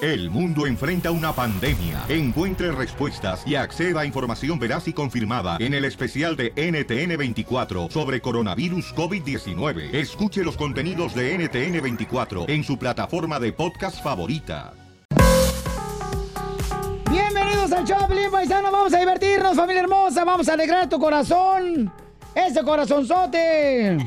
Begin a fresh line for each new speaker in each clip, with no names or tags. El mundo enfrenta una pandemia. Encuentre respuestas y acceda a información veraz y confirmada en el especial de NTN24 sobre coronavirus COVID-19. Escuche los contenidos de NTN24 en su plataforma de podcast favorita.
Bienvenidos al Choplin, paisano. Vamos a divertirnos, familia hermosa. Vamos a alegrar tu corazón. Ese corazonzote.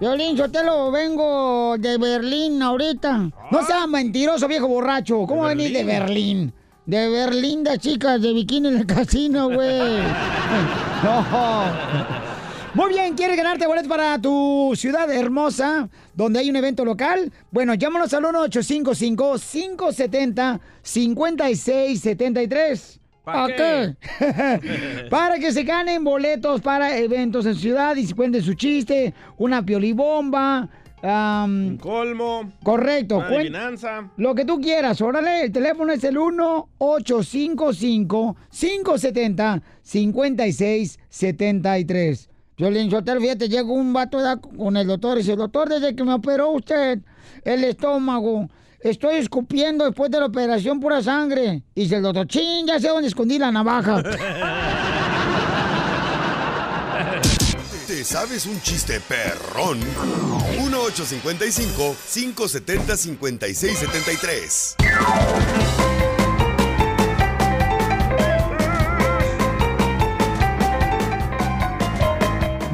Violín, yo te lo vengo de Berlín ahorita. No seas mentiroso, viejo borracho. ¿Cómo venís Ah. de Berlín? De Berlín, de chicas, de bikini en el casino, güey. No. Muy bien, ¿quieres ganarte boletos para tu ciudad hermosa donde hay un evento local? Bueno, llámanos al 1-855-570-5673.
¿Pa'
¿Pa'
qué?
qué? para que se ganen boletos para eventos en su ciudad y se cuenten su chiste, una piolibomba. am,
Colmo.
correcto.
Una
cuen-
adivinanza.
Lo que tú quieras, órale. El teléfono es el 1-855-570-5673. Yo le insulté, fíjate, llegó un vato ¿verdad? con el doctor y dice, doctor, desde que me operó usted el estómago, estoy escupiendo después de la operación pura sangre. Y dice el doctor, ching, ya sé dónde escondí la navaja.
¿Te sabes un chiste perrón? 1855-570-5673.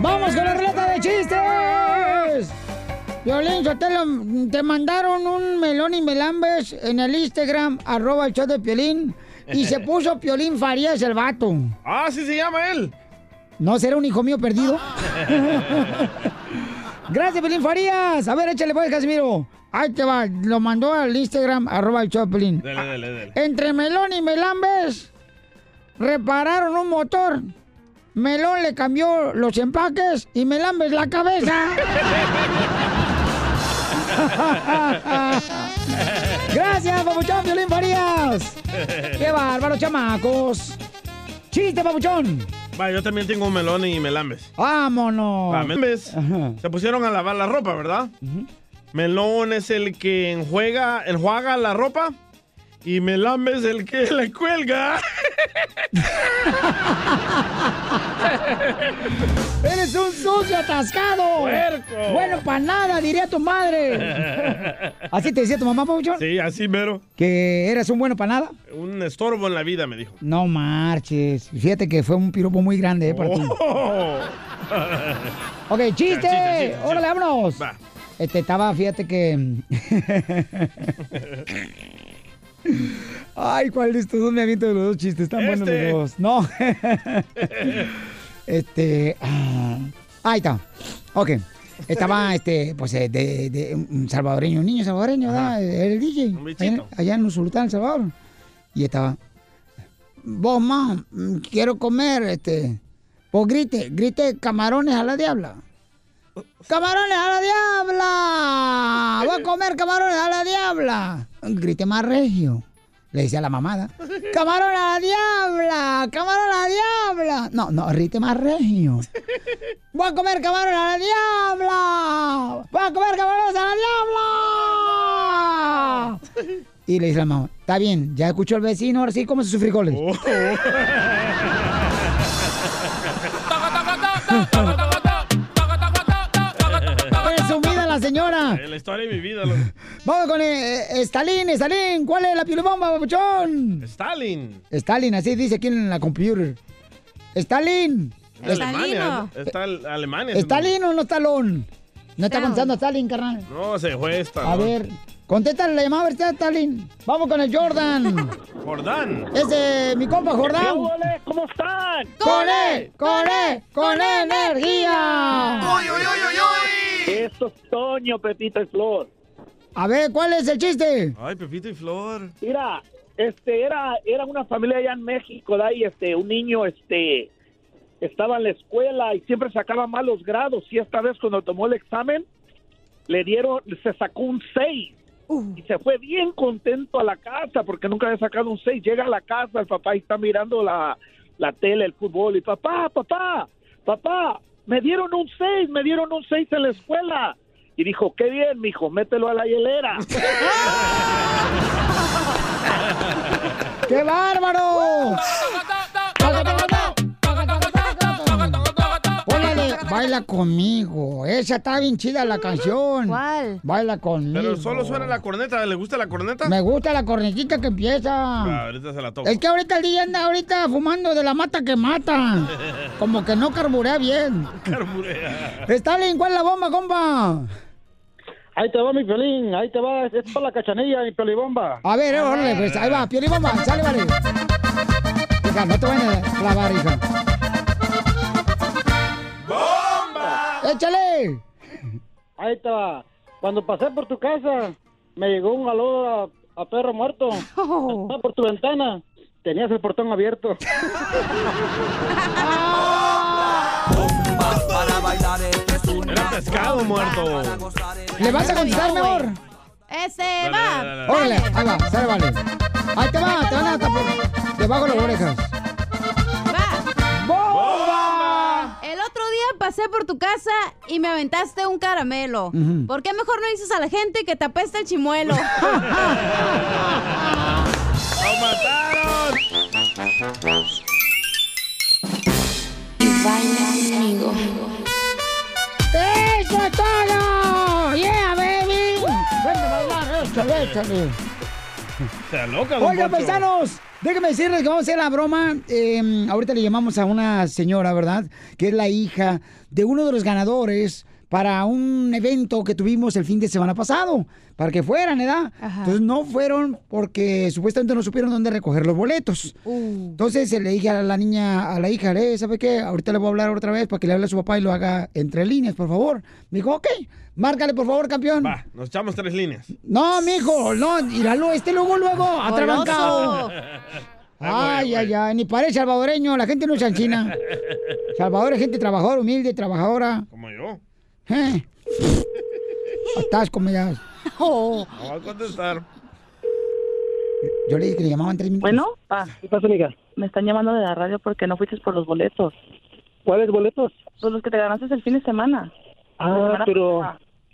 ¡Vamos con la ruleta de chistes! Violín, Sotelo, te mandaron un melón y melambes en el Instagram, arroba el show de Piolín, y se puso Piolín Farías el vato.
Ah, sí se llama él.
¿No será un hijo mío perdido? Gracias, Piolín Farías. A ver, échale pues, Casimiro. Ahí te va, lo mandó al Instagram, arroba el show de Piolín.
Dale, dale, dale.
Entre Melón y Melambes repararon un motor. Melón le cambió los empaques y Melambes la cabeza. Gracias, papuchón Violín Farías. Qué bárbaro, chamacos. Chiste, papuchón.
Va, yo también tengo un melón y melambes.
Vámonos.
Va, melambes. Se pusieron a lavar la ropa, ¿verdad? Melón es el que enjuaga, enjuaga la ropa y melambes el que la cuelga.
Eres un sucio atascado.
Puerco.
Bueno, para nada, diría tu madre. ¿Así te decía tu mamá, papuchón?
Sí, así mero.
¿Que eras un bueno para nada?
Un estorbo en la vida, me dijo.
No marches. Fíjate que fue un piropo muy grande eh, para ti.
Oh.
Ok, chiste.
chiste, chiste, chiste.
Órale, vámonos.
Va.
Este estaba, fíjate que. mm, Ay, ¿cuál de estos dos me aviento de los dos chistes? Están buenos los
Este.
dos. No. este. ah, Ahí está. Ok. Estaba, este, pues, eh, de, de un salvadoreño, un niño salvadoreño, ¿verdad? El DJ.
Un bichito.
Allá, allá en Usulután, El Salvador. Y estaba. Vos, ma, mm, quiero comer, este. Vos grite, grite camarones a la diabla. ¡Camarones a la diabla! ¡Voy a comer camarones a la diabla! Grite más regio. Le dice a la mamada. ¡Camarón a la diabla! ¡Camarón a la diabla! No, no, grite más regio. ¡Voy a comer camarones a la diabla! ¡Voy a comer camarones a la diabla! Y le dice la mamá, está bien, ya escuchó el vecino, ahora sí, come sus frijoles. Presumida la señora.
Es la historia de mi vida. loco.
Vamos con eh, eh, Stalin, Stalin, ¿cuál es la piolibomba, papuchón?
Stalin.
Stalin, así dice aquí en la computer. Stalin,
En Alemania. Está en Alemania. ese
¿Stalin o no Stalón? No está contestando Stalin, carnal.
nombre. No, se fue esta.
A
¿no?
ver, contéstale la llamada, a ver si está Stalin. Vamos con el Jordan.
Jordán.
Ese, mi compa Jordan.
¿Cómo están?
¡Con él! ¡Con E. él! ¡Con energía!
Esto es Toño, Pepita y Flor.
A ver, ¿cuál es el chiste?
Ay, Pepito y Flor.
Mira, este, era, era una familia allá en México, de ahí, este, un niño, este, estaba en la escuela y siempre sacaba malos grados. Y esta vez cuando tomó el examen, le dieron, se sacó un 6. Y se fue bien contento a la casa porque nunca había sacado un 6. Llega a la casa, el papá y está mirando la, la tele, el fútbol. Y papá, papá, papá, me dieron un 6, me dieron un 6 en la escuela. Y dijo, qué bien, mijo, mételo a la hielera.
¡Qué bárbaro! Póngale, baila conmigo. Esa está bien chida la canción. ¿Cuál? Baila conmigo.
Pero solo suena la corneta. ¿Le gusta la corneta?
Me gusta la cornetita que
Ah,
empieza.
ahorita se la toco.
Es que ahorita el día anda ahorita fumando de la mata que mata. Como que no carburea bien.
Carburea.
Stalin, ¿cuál es la bomba, compa?
Ahí te va mi violín, ahí te va, es para la cachanilla, mi piolibomba.
A ver, eh, órale, pues, ahí va, piel y bomba, sale, vale. Hija, no te vayan a clavar, hija. ¡Bomba! ¡Échale!
Ahí te va. Cuando pasé por tu casa, me llegó un aló a, a perro muerto. Pasé Ah, Por tu ventana, tenías el portón abierto.
Era pescado muerto.
¿Le vas a contestar mejor?
Ese
dale,
va.
dale.
Órale, ahí va, sale, vale. Ahí te va, te van a tapar debajo de las orejas.
Va.
¡Bomba!
El otro día pasé por tu casa y me aventaste un caramelo.
Ujú.
¿Por qué mejor no dices a la gente que te apesta el chimuelo?
¡Lo mataron!
¡Eso es todo! ¡Yeah, baby! Vente a bailar, échale, échale.
Se loca, don
Oigan,
Poncho.
paisanos, déjenme decirles que vamos a hacer la broma. Eh, ahorita le llamamos a una señora, ¿verdad? Que es la hija de uno de los ganadores para un evento que tuvimos el fin de semana pasado, para que fueran, ¿verdad?
Ajá.
Entonces no fueron porque supuestamente no supieron dónde recoger los boletos.
Uh.
Entonces eh, le dije a la niña, a la hija, eh, ¿sabe qué? Ahorita le voy a hablar otra vez para que le hable a su papá y lo haga entre líneas, por favor. Me dijo, ok, márcale, por favor, campeón.
Va, nos echamos tres líneas.
No, mijo, no, míralo, este luego, luego, atrabancado.
Ah,
Ay, ay, ay, ni parece salvadoreño, la gente no es chanchina. Salvador es gente trabajadora, humilde, trabajadora.
Como yo.
¿Eh? Atasco, me das.
No va a contestar.
Yo le dije que le llamaban tres minutos.
Bueno, ah,
¿Qué pasa, amiga?
me están llamando de la radio porque no fuiste por los boletos.
¿Cuáles boletos?
Pues los que te ganaste el fin de semana.
Ah, pero...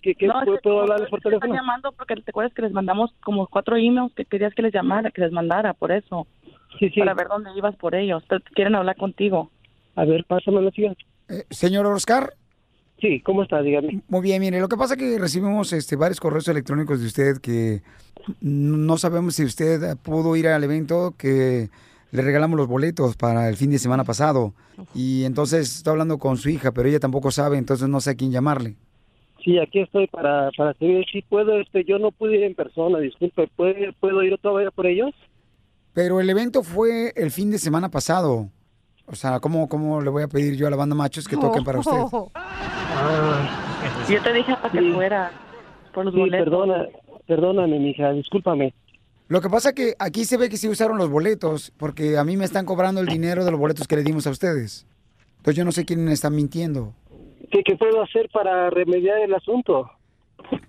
¿Qué, qué
No, es que
puedo, puedo
como
hablarles por
te están
teléfono?
llamando porque te acuerdas que les mandamos como cuatro emails que querías que les llamara, que les mandara, por eso.
Sí, sí.
Para ver dónde ibas por ellos. Te- quieren hablar contigo.
A ver, pásame la chica.
Eh, señor Oscar,
Sí, ¿cómo está? Dígame.
muy bien, mire, lo que pasa es que recibimos este, varios correos electrónicos de usted que no sabemos si usted pudo ir al evento que le regalamos los boletos para el fin de semana pasado. Y entonces está hablando con su hija, pero ella tampoco sabe, entonces no sé a quién llamarle.
Sí, aquí estoy para, para servir. Sí puedo, este, yo no pude ir en persona, disculpe. ¿Puedo, puedo ir otra vez por ellos?
Pero el evento fue el fin de semana pasado. O sea, ¿cómo, cómo le voy a pedir yo a la banda machos que toquen para usted?
Yo te dije para que fuera por
Ah.
los
Sí,
boletos.
perdona, perdóname, mija, discúlpame.
Lo que pasa que aquí se ve que sí usaron los boletos, porque a mí me están cobrando el dinero de los boletos que le dimos a ustedes. Entonces yo no sé quién están mintiendo.
¿Qué, qué puedo hacer para remediar el asunto?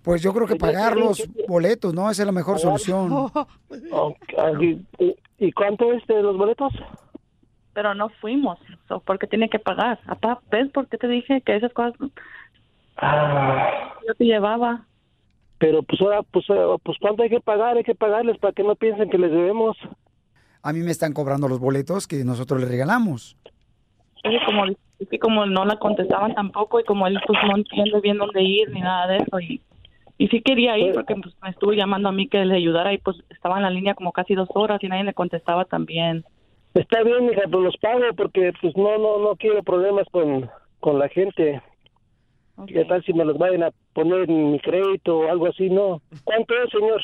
Pues yo creo que pagar los boletos, ¿no? Esa es la mejor solución.
O- ¿Y, y cuánto este? es Ah, de los boletos?
Pero no fuimos. So, ¿Por qué tiene que pagar? Apá, ¿ves por qué te dije que esas cosas
Ah,
yo te llevaba?
pero pues ahora, pues, ah, pues cuánto hay que pagar, hay que pagarles para que no piensen que les debemos.
A mí me están cobrando los boletos que nosotros les regalamos.
Es que como, es que como no la contestaban tampoco y como él pues no entiende bien dónde ir ni nada de eso y, y sí quería ir porque pues, me estuvo llamando a mí que le ayudara y pues estaba en la línea como casi dos horas y nadie le contestaba también.
Está bien, mija, pues los pago porque pues no, no, no quiero problemas con, con la gente.
Ok.
¿Qué tal si me los vayan a poner en mi crédito o algo así? No. ¿Cuánto es, señor?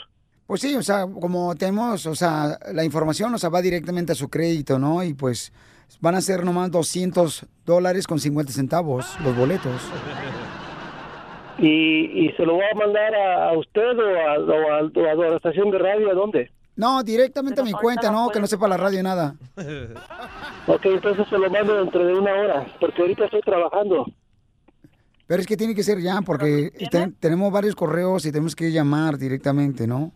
Pues sí, o sea, como tenemos, o sea, la información, o sea, va directamente a su crédito, ¿no? Y pues van a ser nomás 200 dólares con 50 centavos los boletos.
¿Y, y se lo voy a mandar a, a usted o a, o, a, o a la estación de radio? ¿A dónde?
No, directamente a mi
Pero
cuenta,
ahorita no
¿no? Que no
puedes.
sepa la radio nada.
Ok, entonces se lo mando dentro de una hora, porque ahorita estoy trabajando.
Pero es que tiene que ser ya, porque
¿Pero
ten- tenemos varios correos y tenemos que llamar directamente, ¿no?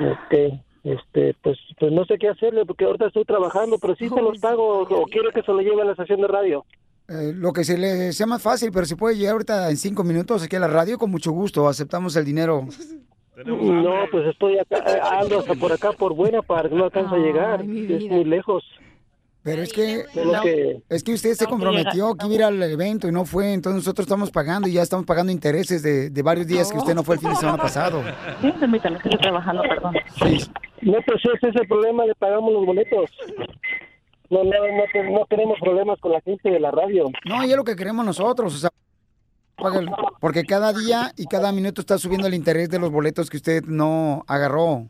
Este, este, pues, pues no sé qué hacerle, porque ahorita estoy trabajando, pero sí se los pago, o, o quiero que se lo lleve a la estación de radio.
Eh, lo que se le sea más fácil, pero si puede llegar ahorita en cinco minutos aquí a la radio, con mucho gusto, aceptamos el dinero.
No, pues estoy acá, eh, ando hasta por acá, por Buena Park, no alcanzo a llegar, es muy lejos.
Pero es que,
Pero
no,
que-
es que usted se comprometió que iba a ir al evento y no fue, entonces nosotros estamos pagando y ya estamos pagando intereses de, de varios días que usted no fue el fin de semana pasado.
Sí, permítame, que estoy trabajando, perdón.
No, pues ese es el problema, le pagamos los boletos. No, no, no, te- no tenemos problemas con la gente de la radio.
No, y es lo que queremos nosotros, o sea, págale, porque cada día y cada minuto está subiendo el interés de los boletos que usted no agarró.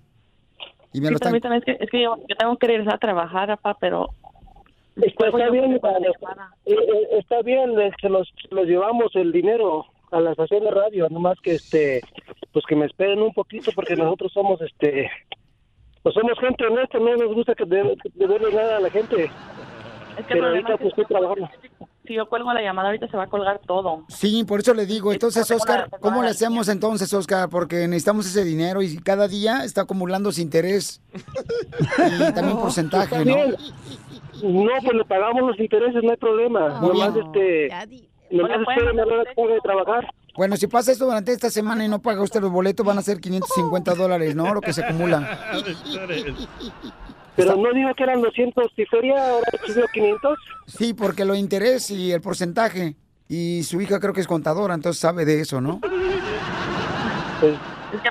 Y me
Sí,
lo están...
permítame, es que, es que yo, yo tengo que regresar a trabajar, papá, pero...
Está,
Luego
está
yo-
bien, eh, eh, está bien, eh, se los, se los llevamos el dinero a la estación de radio, nomás que este, pues que me esperen un poquito porque nosotros somos este, pues somos gente honesta, no nos gusta que de, deberle nada a la gente.
Es que el
Pero
problema
ahorita
es que
pues estoy trabajando.
si yo cuelgo la llamada, ahorita se va a colgar todo.
Sí, por eso le digo. Entonces, Oscar, ¿cómo le hacemos entonces, Oscar? Porque necesitamos ese dinero y cada día está acumulando ese interés. Y también porcentaje,
Está
¿no?
bien. No, pues le pagamos los intereses, no hay problema.
Muy
nomás
bien.
este, nomás
Hola,
esperen a la hora que salga de trabajar.
Bueno, si pasa esto durante esta semana y no paga usted los boletos, van a ser 550 dólares, ¿no? Lo que se acumula.
Pero no dijo que eran 200 y feria, ahora subió 500.
Sí, porque lo interés y el porcentaje. Y su hija creo que es contadora, entonces sabe de eso, ¿no?
Pues,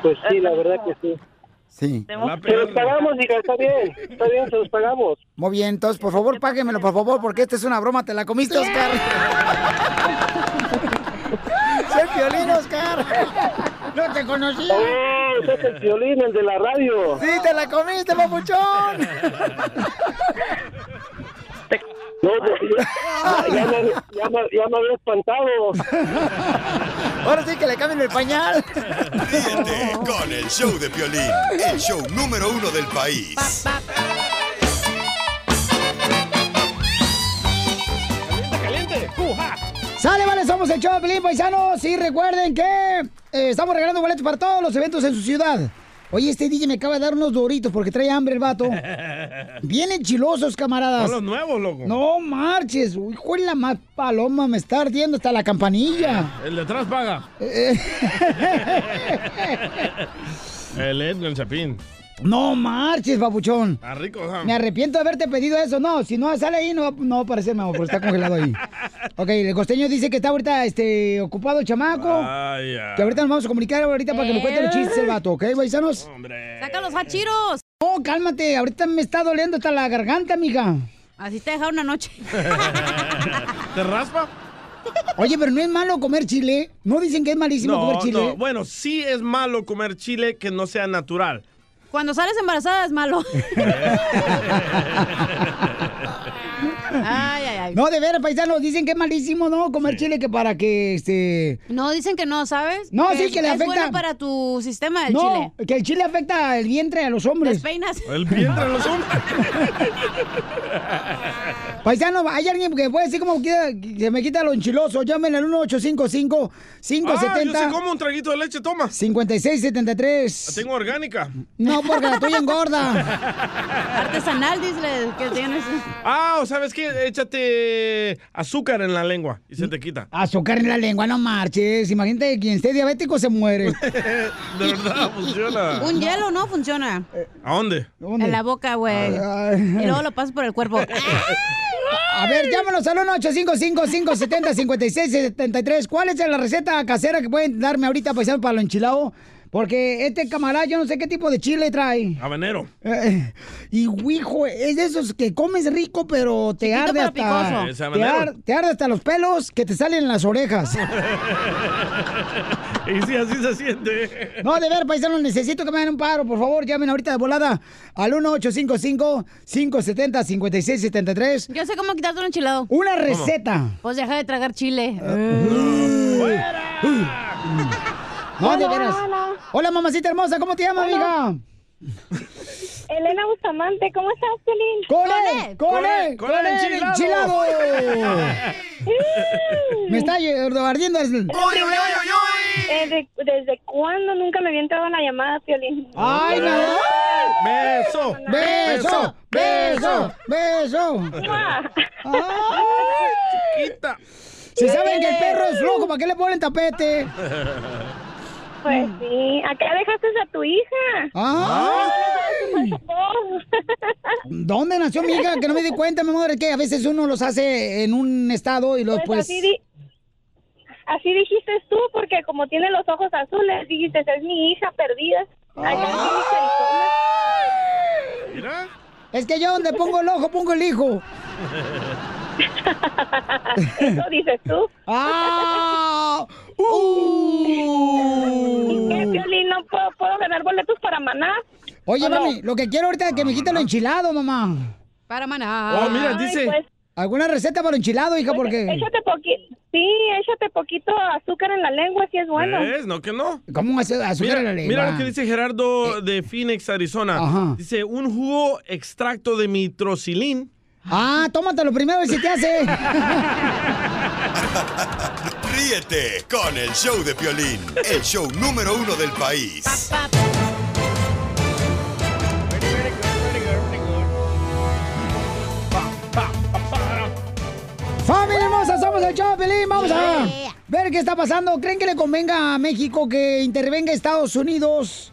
pues sí, la verdad que sí.
Sí.
Se los pagamos, diga, está bien, está bien, se los pagamos.
Muy bien, entonces, por favor, páguemelo, por favor, porque esta es una broma. Te la comiste, Oscar. ¡Soy Piolín, Oscar! ¡No te conocía!
¡Oh, sos el Piolín, el de la radio!
¡Sí, te la comiste, papuchón!
No, pues, ya, ya me, ya me- ya me había espantado.
Ahora sí que le cambien el pañal.
Ríete con el show de Piolín, el show número uno del país.
¡Caliente!
Sale, vale, somos el show de Pelín, paisanos. Y recuerden que eh, estamos regalando boletos para todos los eventos en su ciudad. Oye, este DJ me acaba de dar unos doritos porque trae hambre el vato. Vienen chilosos, camaradas.
Son los nuevos, loco.
No marches, hijo de la más paloma, me está ardiendo hasta la campanilla.
El de atrás paga.
Eh,
El Edwin el Chapín.
no marches, babuchón.
Está rico, ¿eh?
Me arrepiento de haberte pedido eso. No, si no sale ahí, no, va- no va a aparecer, mi amor, porque está congelado ahí. Ok, el costeño dice que está ahorita este, ocupado el chamaco.
Vaya.
Que ahorita nos vamos a comunicar ahorita para que nos cuente los chistes el vato,
Eh.
¿ok, paisanos?
¡Saca los hachiros!
No, cálmate, ahorita me está doliendo hasta la garganta, mija.
Así te dejaron una noche.
¿Te raspa?
Oye, pero no es malo comer chile. No dicen que es malísimo comer chile.
no. Bueno, sí es malo comer chile que no sea natural.
Cuando sales embarazada es malo. Ay, ay, ay.
No, de veras, paisanos, dicen que es malísimo, ¿no? Comer chile que para que, este...
No, dicen que no, ¿sabes?
No, sí, que le
es
afecta.
bueno para tu sistema del
no,
chile.
que el chile afecta el vientre a los hombres.
Despeinas.
El vientre los hombres.
Paisano, hay alguien que puede decir como que que me quita lo enchiloso. Llámenle al 1855
Ah, yo
570
sí como un traguito de leche, toma.
5673
Tengo orgánica.
No, porque la tuya engorda.
Artesanal, dice que tienes.
Ah, o sabes qué, échate azúcar en la lengua y se te quita.
Azúcar en la lengua, no marches. Imagínate, quien esté diabético se muere.
De verdad, funciona.
Un hielo no funciona.
¿A dónde?
Eh, ¿Dónde?
En la boca, güey. Y luego lo pasas por el cuerpo.
A ver, llámanos al 1-855-570-5673. ¿Cuál es la receta casera que pueden darme ahorita, paisano, para lo enchilado? Porque este camarada, yo no sé qué tipo de chile trae.
Habanero.
Eh, y hijo, es de esos que comes rico, pero te
Chiquito,
arde
pero
hasta.
picoso.
Esa
Te,
manera.
ar- te arde hasta los pelos que te salen en las orejas.
Y sí, así se siente.
No, de ver, paisanos, necesito que me den un paro, por favor, llamen ahorita de volada al 1855-570-5673.
Yo sé cómo quitarte un enchilado.
Una receta. Ah.
Pues deja de tragar chile. Mm.
No, de veras. Uh. Hola, mamacita hermosa, ¿cómo te llamas, amiga?
Elena Bustamante, ¿cómo estás, Pelín?
¡Cole!
Cole,
¡Cole!
cole, cole
¡Cole enchilado!
enchilado.
Me está eh, ardiendo el...
Eh, de- ¿Desde cuándo nunca me había entrado la llamada, Piolín?
¡Ay, nada!
Beso.
¡Beso! ¡Beso! ¡Beso! ¡Ay!
Quita.
Si saben que el perro es loco, ¿para qué le ponen tapete?
Pues sí, acá dejaste a tu hija.
¡Ah!
Oh,
¿Dónde nació mi hija? Que no me di cuenta, mi amor, es que a veces uno los hace en un estado y los
Pues,
pues...
así, di- así dijiste tú, porque como tiene los ojos azules, dijiste, es mi hija perdida. Allá en Arizona.
Es que yo donde pongo el ojo, pongo el hijo.
Eso dices tú.
¡Ah! ¡Uh!
¿Qué, Piolín? ¿No puedo, puedo ganar boletos para Maná?
Oye,
¿O no?
mami, lo que quiero ahorita es que me quita lo enchilado, mamá.
Para
Oh,
Oh,
maná.
Ay, pues,
¿Alguna receta para lo enchilado, hija? Porque...
échate poqui- sí, échate poquito azúcar en la lengua, si es bueno.
¿Ves? ¿No que no?
¿Cómo hace azúcar
Mira,
en la lengua? Eh.
mira lo que dice Gerardo de Phoenix, Arizona.
Ajá.
Dice, un jugo extracto de mitrocilín.
Ah, tómatelo primero y se te hace.
Ríete con el show de Piolín, el show número uno del país.
¡Familia hermosa, somos el Chapelín! Vamos a ver qué está pasando. ¿Creen que le convenga a México que intervenga Estados Unidos?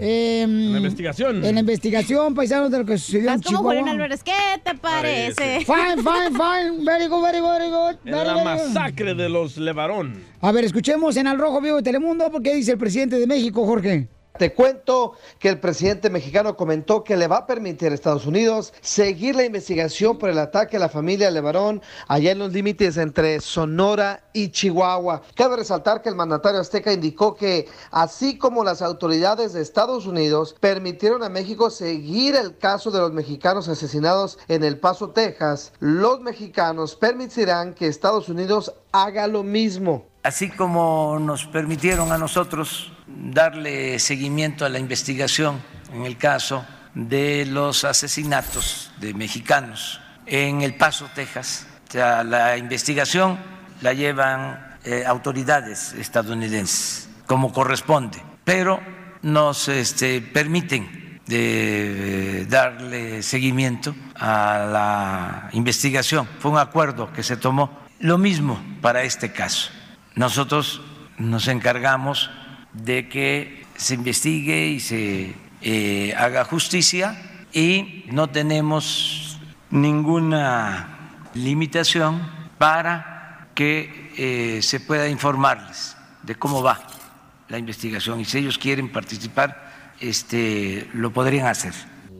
en
la investigación.
En la investigación, paisanos, de lo que sucedió en
Estás como
Chihuahua.
Julián Álvarez. ¿Qué te parece?
Fine, fine, fine. Very good, very good, very good.
En
Very,
la
very good.
masacre de los Levarón.
A ver, escuchemos en Al Rojo Vivo de Telemundo porque dice el presidente de México, Jorge.
Te cuento que el presidente mexicano comentó que le va a permitir a Estados Unidos seguir la investigación por el ataque a la familia Levarón allá en los límites entre Sonora y Chihuahua. Cabe resaltar que el mandatario azteca indicó que así como las autoridades de Estados Unidos permitieron a México seguir el caso de los mexicanos asesinados en El Paso, Texas, los mexicanos permitirán que Estados Unidos haga lo mismo.
Así como nos permitieron a nosotros darle seguimiento a la investigación en el caso de los asesinatos de mexicanos en El Paso, Texas. O sea, la investigación la llevan eh, autoridades estadounidenses, como corresponde, pero nos este, permiten de darle seguimiento a la investigación. Fue un acuerdo que se tomó. Lo mismo para este caso. Nosotros nos encargamos de que se investigue y se eh, haga justicia y no tenemos ninguna limitación para que eh, se pueda informarles de cómo va la investigación y si ellos quieren participar, este, lo podrían hacer.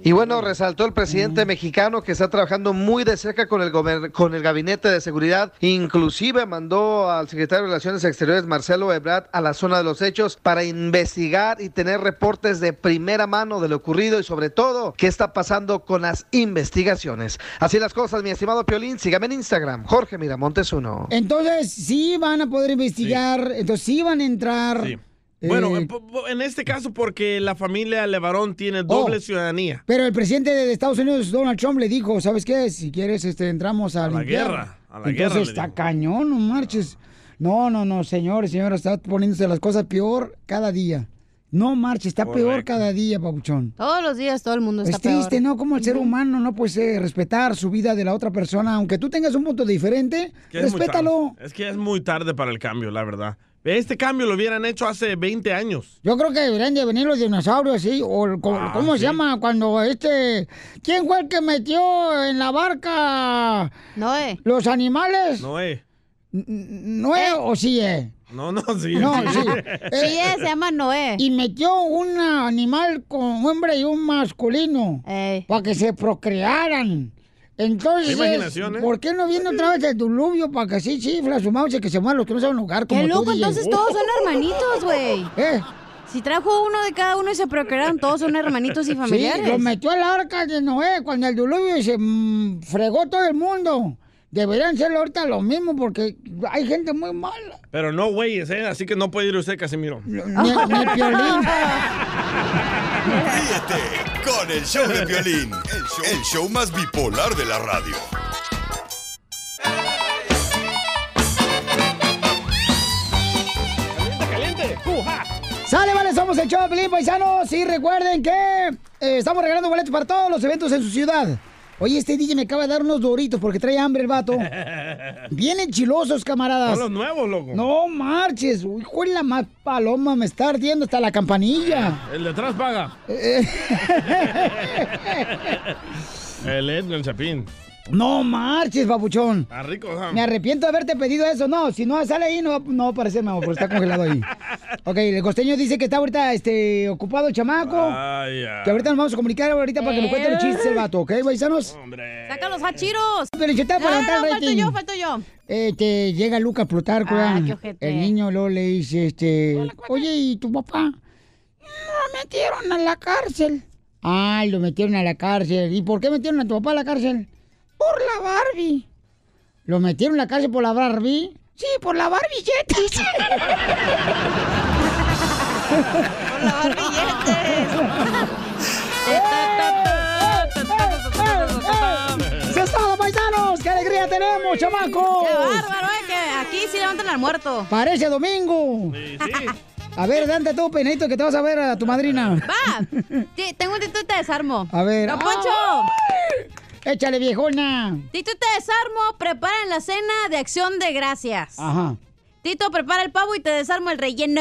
Y bueno, resaltó el presidente mexicano que está trabajando muy de cerca con el, gober- con el gabinete de seguridad. Inclusive mandó al secretario de Relaciones Exteriores, Marcelo Ebrard, a la zona de los hechos para investigar y tener reportes de primera mano de lo ocurrido y sobre todo qué está pasando con las investigaciones. Así las cosas, mi estimado Piolín. Sígame en Instagram, Jorge Miramontes 1.
Entonces, sí van a poder investigar, entonces sí van a entrar.
Bueno,
eh,
en, po- po- en este caso porque la familia Levarón
Oh.
tiene doble ciudadanía.
pero el presidente de Estados Unidos, Donald Trump, le dijo, ¿sabes qué? Si quieres, este, entramos a,
la
limpiar".
guerra, a la
Entonces
guerra le
está cañón, no marches. No, no, no, señores, señoras, está poniéndose las cosas peor cada día. No marches, está peor
Correcto.
cada día, papuchón.
Todos los días todo el mundo está
Es triste,
peor.
¿no? Como el ser humano no puede eh, respetar su vida de la otra persona, aunque tú tengas un punto diferente,
Que es muy
respétalo.
tarde. Es que ya es muy tarde para el cambio, la verdad. Este cambio lo hubieran hecho hace 20 años.
Yo creo que deberían de venir los dinosaurios, sí, o el co-
Ah,
¿cómo
sí.
se llama? Cuando este... ¿Quién fue el que metió en la barca los animales?
No, eh.
N- n- ¿No es o sí eh. es?
No, no, sí.
No, sí.
Eh,
Eh.
Sí, es, se llama Noé.
Y metió un animal con un hombre y un masculino
Eh.
para que se procrearan. Entonces,
La imaginación, ¿eh?
¿por qué no viene otra vez el diluvio para que así chifla su mouse y que se muevan los que no saben lugar como
Qué
tú, ¿Eh?
loco,
DJ?
entonces todos son hermanitos, güey. Si trajo uno de cada uno y se procrearon, todos son hermanitos y familiares.
Sí, lo metió al arca de Noé cuando el diluvio se mm, fregó todo el mundo. Deberían ser ahorita lo mismo porque hay gente muy mala.
Pero no, güey, es, eh, así que no puede ir usted, Casimiro.
Ni, ni Piolín.
Ríete con el show de Piolín, el show, el show más bipolar de la radio.
¡Caliente!
Sale, vale, somos el show de Pelín, paisanos. Y recuerden que eh, estamos regalando boletos para todos los eventos en su ciudad. Oye, este DJ me acaba de dar unos doritos porque trae hambre el vato. Vienen chilosos, camaradas.
Son los nuevos, loco.
No marches. Hijo de la más paloma, me está ardiendo hasta la campanilla.
El de atrás paga.
Eh,
el Edwin, el Chapín.
no marches, babuchón.
Está rico, ¿eh?
Me arrepiento de haberte pedido eso. No, si no sale ahí, no va, no va a aparecer, mi amor, porque está congelado ahí. Ok, el costeño dice que está ahorita este, ocupado el chamaco.
Vaya.
Que ahorita nos vamos a comunicar ahorita para que nos cuente los chistes el vato, ¿ok, paisanos?
¡Saca los hachiros!
Pero yo estaba para
no, no,
levantar el
falto
rating.
yo, falto yo.
Este, llega Lucas Plutarco,
Ah,
¿verdad?
qué ojete.
el niño luego le dice, este, oye, ¿y tu papá? No, metieron a la cárcel. Ay, lo metieron a la cárcel. ¿Y por qué metieron a tu papá a la cárcel? Por la Barbie. ¿Lo metieron a la cárcel por la Barbie? Sí, por lavar billetes.
Por lavar billetes.
¡Eso es todo, paisanos! ¡Qué alegría tenemos, chamacos!
¡Qué bárbaro, eh! Que aquí sí levantan al muerto.
Parece domingo. A ver, dante tú, penito, que te vas a ver a tu madrina.
¡Va! Ti- Tengo un tito y te desarmo.
A ver.
¡Don Poncho!
Échale, viejona.
Tito y te desarmo, preparan la cena de acción de gracias.
Ajá.
Tito, prepara el pavo y te desarmo el relleno.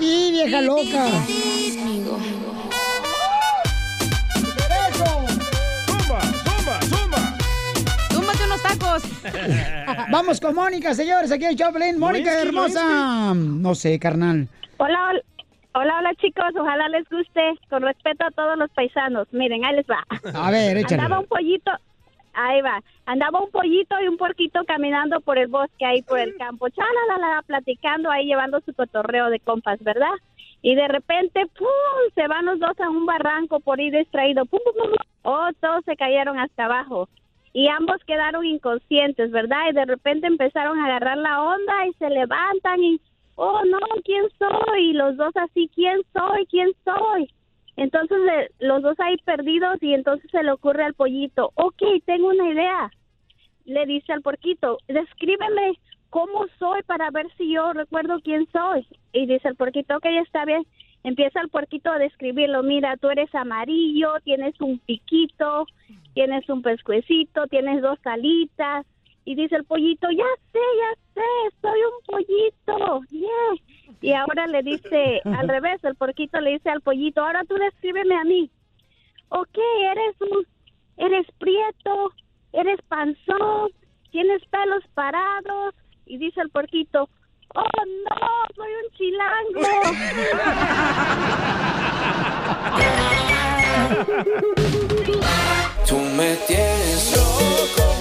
¡Y vieja loca!
¡Zumba, zumba, zumba!
¡Túmbate unos tacos!
Vamos con Mónica, señores, aquí en Choplin. Mónica,
Lewinsky,
hermosa. No sé, carnal.
Hola, hola. Hola, hola, chicos, ojalá les guste, con respeto a todos los paisanos. Miren, ahí les va.
A ver, échale.
Andaba un pollito, ahí va, andaba un pollito y un porquito caminando por el bosque, ahí por el campo, chalalala, platicando, ahí llevando su cotorreo de compas, ¿verdad? Y de repente, ¡pum!, se van los dos a un barranco por ir distraído, ¡pum, pum, pum, pum! Oh, todos se cayeron hasta abajo. Y ambos quedaron inconscientes, ¿verdad? Y de repente empezaron a agarrar la onda y se levantan y, oh, no, ¿quién soy? Y los dos así, ¿quién soy? ¿Quién soy? Entonces eh, los dos ahí perdidos y entonces se le ocurre al pollito, ok, tengo una idea. Le dice al porquito, descríbeme cómo soy para ver si yo recuerdo quién soy. Y dice el porquito, ok, está bien. Empieza el porquito a describirlo, mira, tú eres amarillo, tienes un piquito, tienes un pescuecito, tienes dos alitas. Y dice el pollito, ya sé, ya sé, soy un pollito. Yeah. Y ahora le dice al revés, el porquito le dice al pollito, ahora tú descríbeme a mí. Ok, eres un, eres prieto, eres panzón, tienes pelos parados. Y dice el porquito, oh no, soy un chilango.
Tú me tienes loco.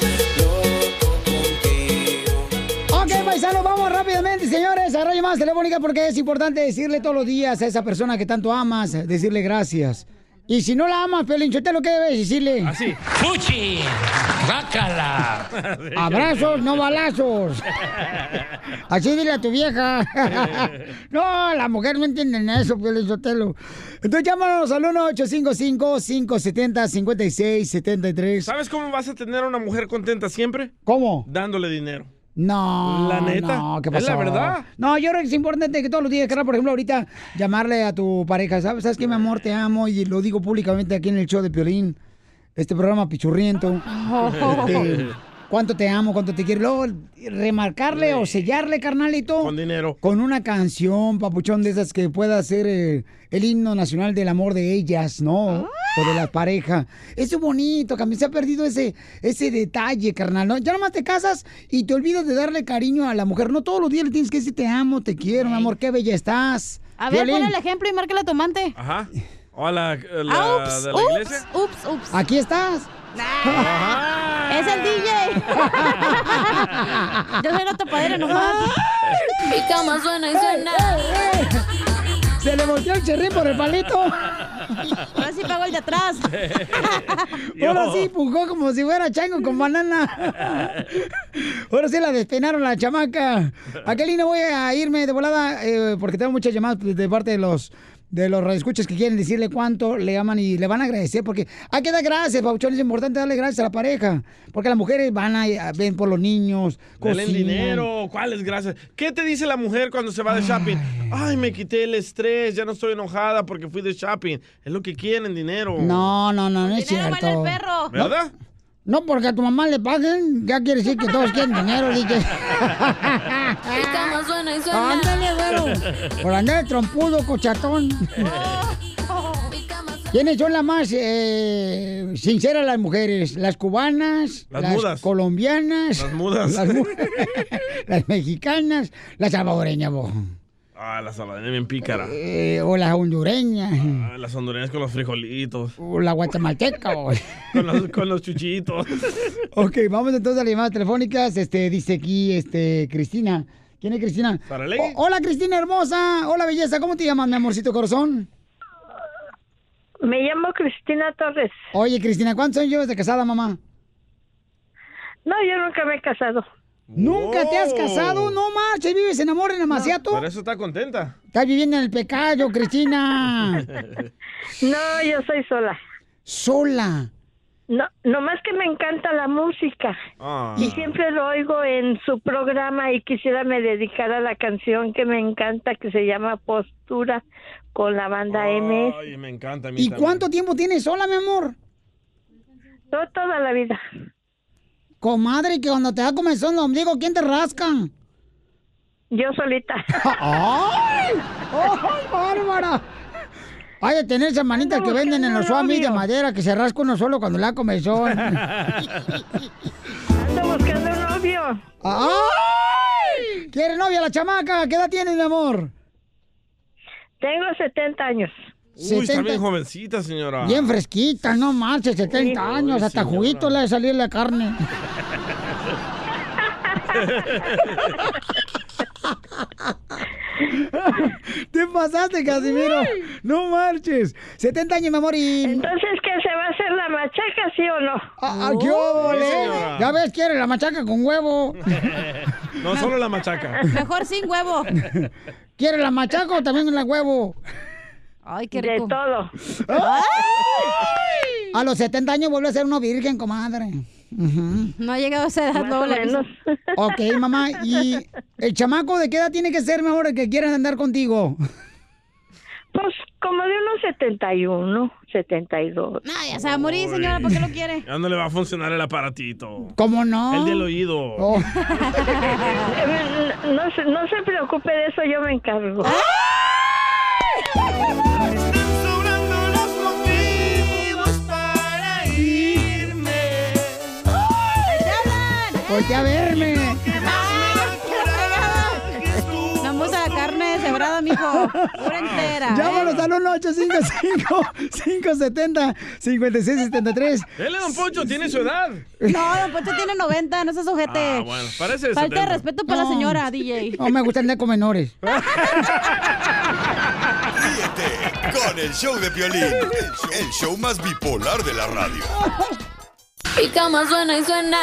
Ok, paisanos, vamos rápidamente, señores, a Radio Más Telefónica porque es importante decirle todos los días a esa persona que tanto amas, decirle gracias. Y si no la amas, te lo que debes decirle? Así.
¡Fuchi! ¡Bácala!
Abrazos, no balazos. Así dile a tu vieja. no, la mujer no entiende nada eso, Piolín Sotelo. Entonces llámanos al 1-855-570-5673.
¿Sabes cómo vas a tener a una mujer contenta siempre?
¿Cómo?
Dándole dinero.
No.
La neta.
No, ¿qué
Es
pasó?
la verdad.
No, yo creo que es importante que todos los días, carnal, por ejemplo, ahorita llamarle a tu pareja, ¿sabes? ¿Sabes qué, mi amor? Te amo y lo digo públicamente aquí en el show de Piolín, este programa pichurriento.
Oh.
Este, ¿Cuánto te amo? ¿Cuánto te quiero? Luego, remarcarle o sellarle, carnalito. Con
dinero.
Con una canción, papuchón, de esas que pueda ser eh, el himno nacional del amor de ellas, ¿no? O de la pareja. Eso es bonito, que a mí se ha perdido ese, ese detalle, carnal. ¿no? Ya nomás te casas y te olvidas de darle cariño a la mujer. No todos los días le tienes que decir te amo, te quiero, mi amor, qué bella estás.
A ver,
Violín.
pon el ejemplo y marca la tomante.
Ajá. O a la, a la-
Ah, ups,
de la
ups,
iglesia.
ups, ups.
Aquí estás.
Es el DJ. Yo soy la tapadera nomás. Mi cama suena y suena.
Se le volteó el cherrín por el palito.
Ahora sí pago el de atrás.
Ahora sí, pujó como si fuera chango con banana. Ahora sí la despenaron la chamaca. Aquelina, voy a irme de volada eh, porque tengo muchas llamadas de parte de los de los radioescuchas que quieren decirle cuánto le aman y le van a agradecer porque hay que dar gracias, Pauchón, es importante darle gracias a la pareja, porque las mujeres van a, a- ven por los niños,
Denle
cocinan.
dinero, ¿cuáles gracias? ¿Qué te dice la mujer cuando se va de shopping? Ay, me quité el estrés, ya no estoy enojada porque fui de shopping. Es lo que quieren, dinero.
No, no, no, no es
Dinero
cierto.
vale el perro. ¿Verdad?
No, no, porque a tu mamá le paguen, ya quiere decir que todos quieren dinero, DJ.
Estamos suena y suena.
Ándale, güero. Por andar de trompudo, cochatón. ¿Quiénes son las más eh, sinceras las mujeres? ¿Las cubanas?
Las mudas.
colombianas?
Las mudas.
Las, mu- las mexicanas? ¿Las salvadoreñas, vos?
Ah, la salvadoreña bien pícara.
Eh, ¿O las hondureñas?
Ah, las hondureñas con los frijolitos.
¿O la guatemalteca? vos?
Con los, con los chuchitos.
ok, vamos entonces a las llamadas telefónicas. Este, dice aquí este, Cristina. ¿Quién es Cristina?
Saralegui.
O- hola, Cristina hermosa. Hola, belleza. ¿Cómo te llamas, mi amorcito corazón?
Me llamo Cristina Torres.
Oye, Cristina, ¿cuántos años llevas de casada, mamá?
No, yo nunca me he casado.
¿Nunca te has casado? No marches, vives en amor, en amaciato.
Oh. Por eso está contenta.
Estás viviendo en el pecado, Cristina.
No, yo soy sola.
¿Sola?
No, nomás que me encanta la música.
Ah.
Y siempre lo oigo en su programa y quisiera me dedicar a la canción que me encanta que se llama Postura con la banda MS.
Ay, me encanta a mí
¿Y
también.
cuánto tiempo tienes sola, mi amor?
No, toda la vida.
Comadre, que cuando te da comezón el ombligo, ¿quién te rasca?
Yo solita.
¡Ay! ¡Ay, bárbara! Hay de tener esa manita que venden en los suamis de madera que se rasca uno solo cuando le da comezón.
Ando buscando un novio.
¡Ay! ¿Quiere novia la chamaca? ¿Qué edad tienes, mi amor?
Tengo 70 años.
Uy, está bien jovencita, señora.
Bien fresquita, no marches, 70 años, hasta
señora.
juguito le ha de salir la carne. Te pasaste, Casimiro. No marches. 70 años, mi amor, y...
Entonces, ¿qué se va a hacer la machaca, sí o no?
Ah, ¿Qué óvole?
Sí, señora.
ya ves, quiere la machaca con huevo.
No solo la machaca.
Mejor sin huevo. ¿Quiere la machaca o también la huevo? Ay,
qué rico.
De todo.
A los 70 años vuelve a ser una virgen, comadre. No ha llegado a esa
edad, Más no, o la- menos.
Ok, mamá. ¿Y el chamaco de qué edad tiene que ser mejor el que quieras andar contigo?
Pues como de unos 71, 72.
Ah, ya se va a morir, señora, ¿por qué lo quiere?
Ya no le va a funcionar el aparatito.
¿Cómo no? Oh.
El del oído.
Eh, no, se- no se preocupe de eso, yo me encargo.
¡Ah! Voltea a verme.
Vamos a carne deshebrada, mijo. Pura entera. ¿eh?
Llámanos al 1-855-570-5673.
Dele, don Poncho, tiene su edad.
No, Don Poncho tiene 90, no seas ojete.
Ah, bueno, parece de
Falta de
70.
respeto para la
No.
señora, DJ.
No me gusta andar con menores.
Con el show de Piolín, el show, el show más bipolar de la radio.
Pica más suena y suena.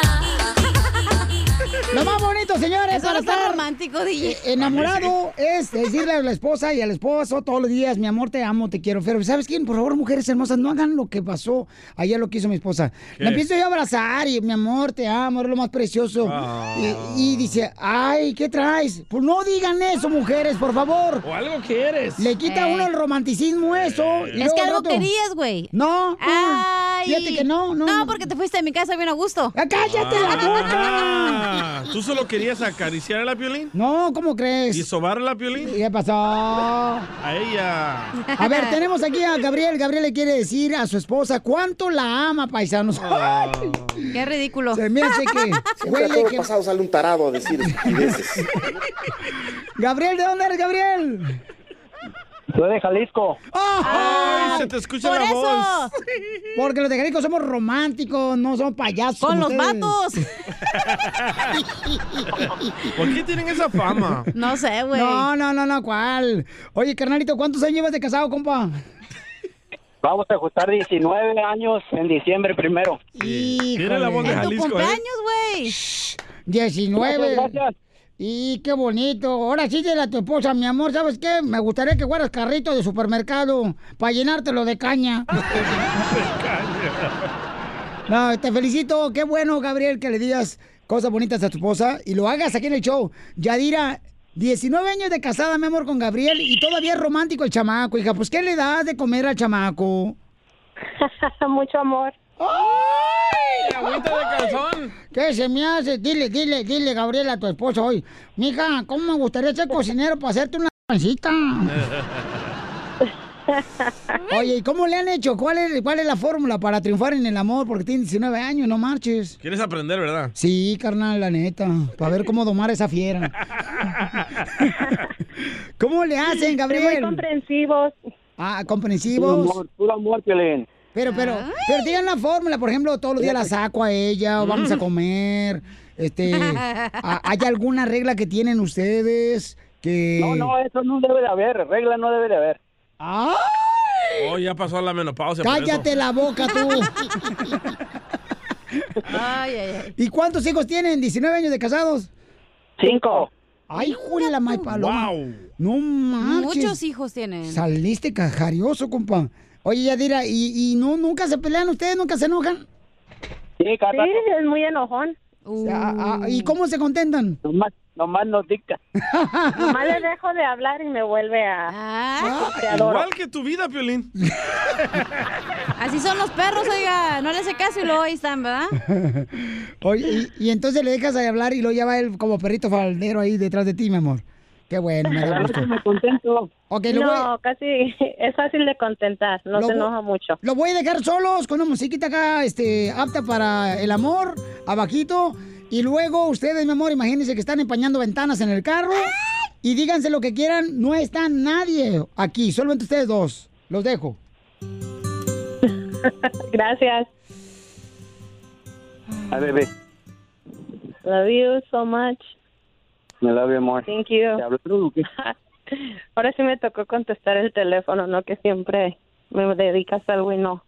Lo más bonito, señores,
Eso
para
no está
estar
romántico, DJ.
eh,
Ah,
enamorado es decirle a la esposa y al esposo todos los días, mi amor, te amo, te quiero. Pero ¿sabes quién? Por favor, mujeres hermosas, no hagan lo que pasó ayer lo que hizo mi esposa.
¿Qué?
La empiezo yo a abrazar y, mi amor, te amo, eres lo más precioso.
Ah.
Y, y dice, ay, ¿qué traes? Pues no digan eso, mujeres, por favor.
O algo quieres.
Le quita a uno el romanticismo eso. y
Eh. Es
luego
que
al
algo
rato-
querías, güey.
No.
Ay.
Fíjate que no, no.
No, porque te fuiste de mi casa bien a gusto.
¡Cállate
la
Ah, ¿Tú solo querías acariciar a la Piolín?
No, ¿cómo crees?
¿Y sobar a la Piolín?
¿Qué pasó? A
A ella.
ver, tenemos aquí a Gabriel. Gabriel le quiere decir a su esposa cuánto la ama, paisanos.
Oh,
Qué ridículo.
Se me hace que huele que...
pasado sale un tarado a decir estupideces.
Gabriel, ¿de dónde eres, Gabriel?
Soy de Jalisco.
¡Ay!
se te escucha Por la eso. voz.
Porque los de Jalisco somos románticos, no somos payasos.
Con
como
los
ustedes.
vatos.
¿Por qué tienen esa fama?
No sé, güey.
No, no, no, no, ¿cuál? Oye, carnalito, ¿cuántos años llevas de casado, compa?
Vamos a ajustar 19 años en diciembre primero.
Híjole.
¿eh?
Tiene la voz de En tu Jalisco, ¿eh?
Años, güey.
19.
Gracias, gracias.
Y qué bonito. Ahora sí, dile a tu esposa, mi amor, ¿sabes qué? Me gustaría que fueras carrito de supermercado para llenártelo de caña. No, te felicito. Qué bueno, Gabriel, que le digas cosas bonitas a tu esposa y lo hagas aquí en el show. Yadira, 19 años de casada, mi amor, con Gabriel y todavía es romántico el chamaco, hija. Pues, ¿qué le das de comer al chamaco?
Mucho amor.
¡Ay!
Agüita de
calzón!
¿Qué se me hace? Dile, dile, dile, Gabriel, a tu esposa hoy. Mija, ¿cómo me gustaría ser cocinero para hacerte una pancita? Oye, ¿y cómo le han hecho? ¿Cuál es, ¿Cuál es la fórmula para triunfar en el amor? Porque tiene 19 años, no marches.
¿Quieres aprender, verdad?
Sí, carnal, la neta. Para ver cómo domar esa fiera. ¿Cómo le hacen, Gabriel?
Muy comprensivos.
Ah, comprensivos.
amor, puro amor, Piolín.
Pero, pero, pero digan la fórmula, por ejemplo, todos los días la saco a ella, o vamos a comer, este, a- ¿hay alguna regla que tienen ustedes que...?
No, no, eso no debe de haber, regla no debe de haber.
¡Ah!
Oh, ya pasó la menopausia. por
¡Cállate
eso.
la boca tú!
Ay, ay, ay.
¿Y cuántos hijos tienen? ¿19 años de casados?
Cinco.
¡Ay, Julia, la may paloma! ¡No manches!
Muchos hijos tienen.
Saliste cajarioso, compa. Oye, Yadira, ¿y, y no, nunca se pelean ustedes? ¿Nunca se enojan?
Sí, Carla.
Sí, es muy enojón.
O sea, ah, ah, ¿Y cómo se contentan?
Nomás, nomás nos dicta.
Nomás le dejo de hablar y me vuelve a...
Ah.
Te adoro.
Ah, Igual que tu vida, Piolín.
Así son los perros, oiga. No le hace caso y luego ahí están, ¿verdad?
Oye, y, y entonces le dejas de hablar y luego ya va él como perrito faldero ahí detrás de ti, mi amor. Qué bueno, me da gusto.
contento.
Ok, lo
no,
voy-
casi es fácil de contentar, no
Lo voy-
se enoja mucho.
Lo voy a dejar solos con una musiquita acá, este, apta para el amor, abajito. Y luego ustedes, mi amor, imagínense que están empañando ventanas en el carro. Y díganse lo que quieran, no está nadie aquí, solamente ustedes dos. Los dejo.
Gracias.
A ver, ve,
Love you so much.
me la veo, amor.
Thank you.
¿Te hablaron o qué?
Ahora sí me tocó contestar el teléfono, no que siempre me dedicas a algo y no.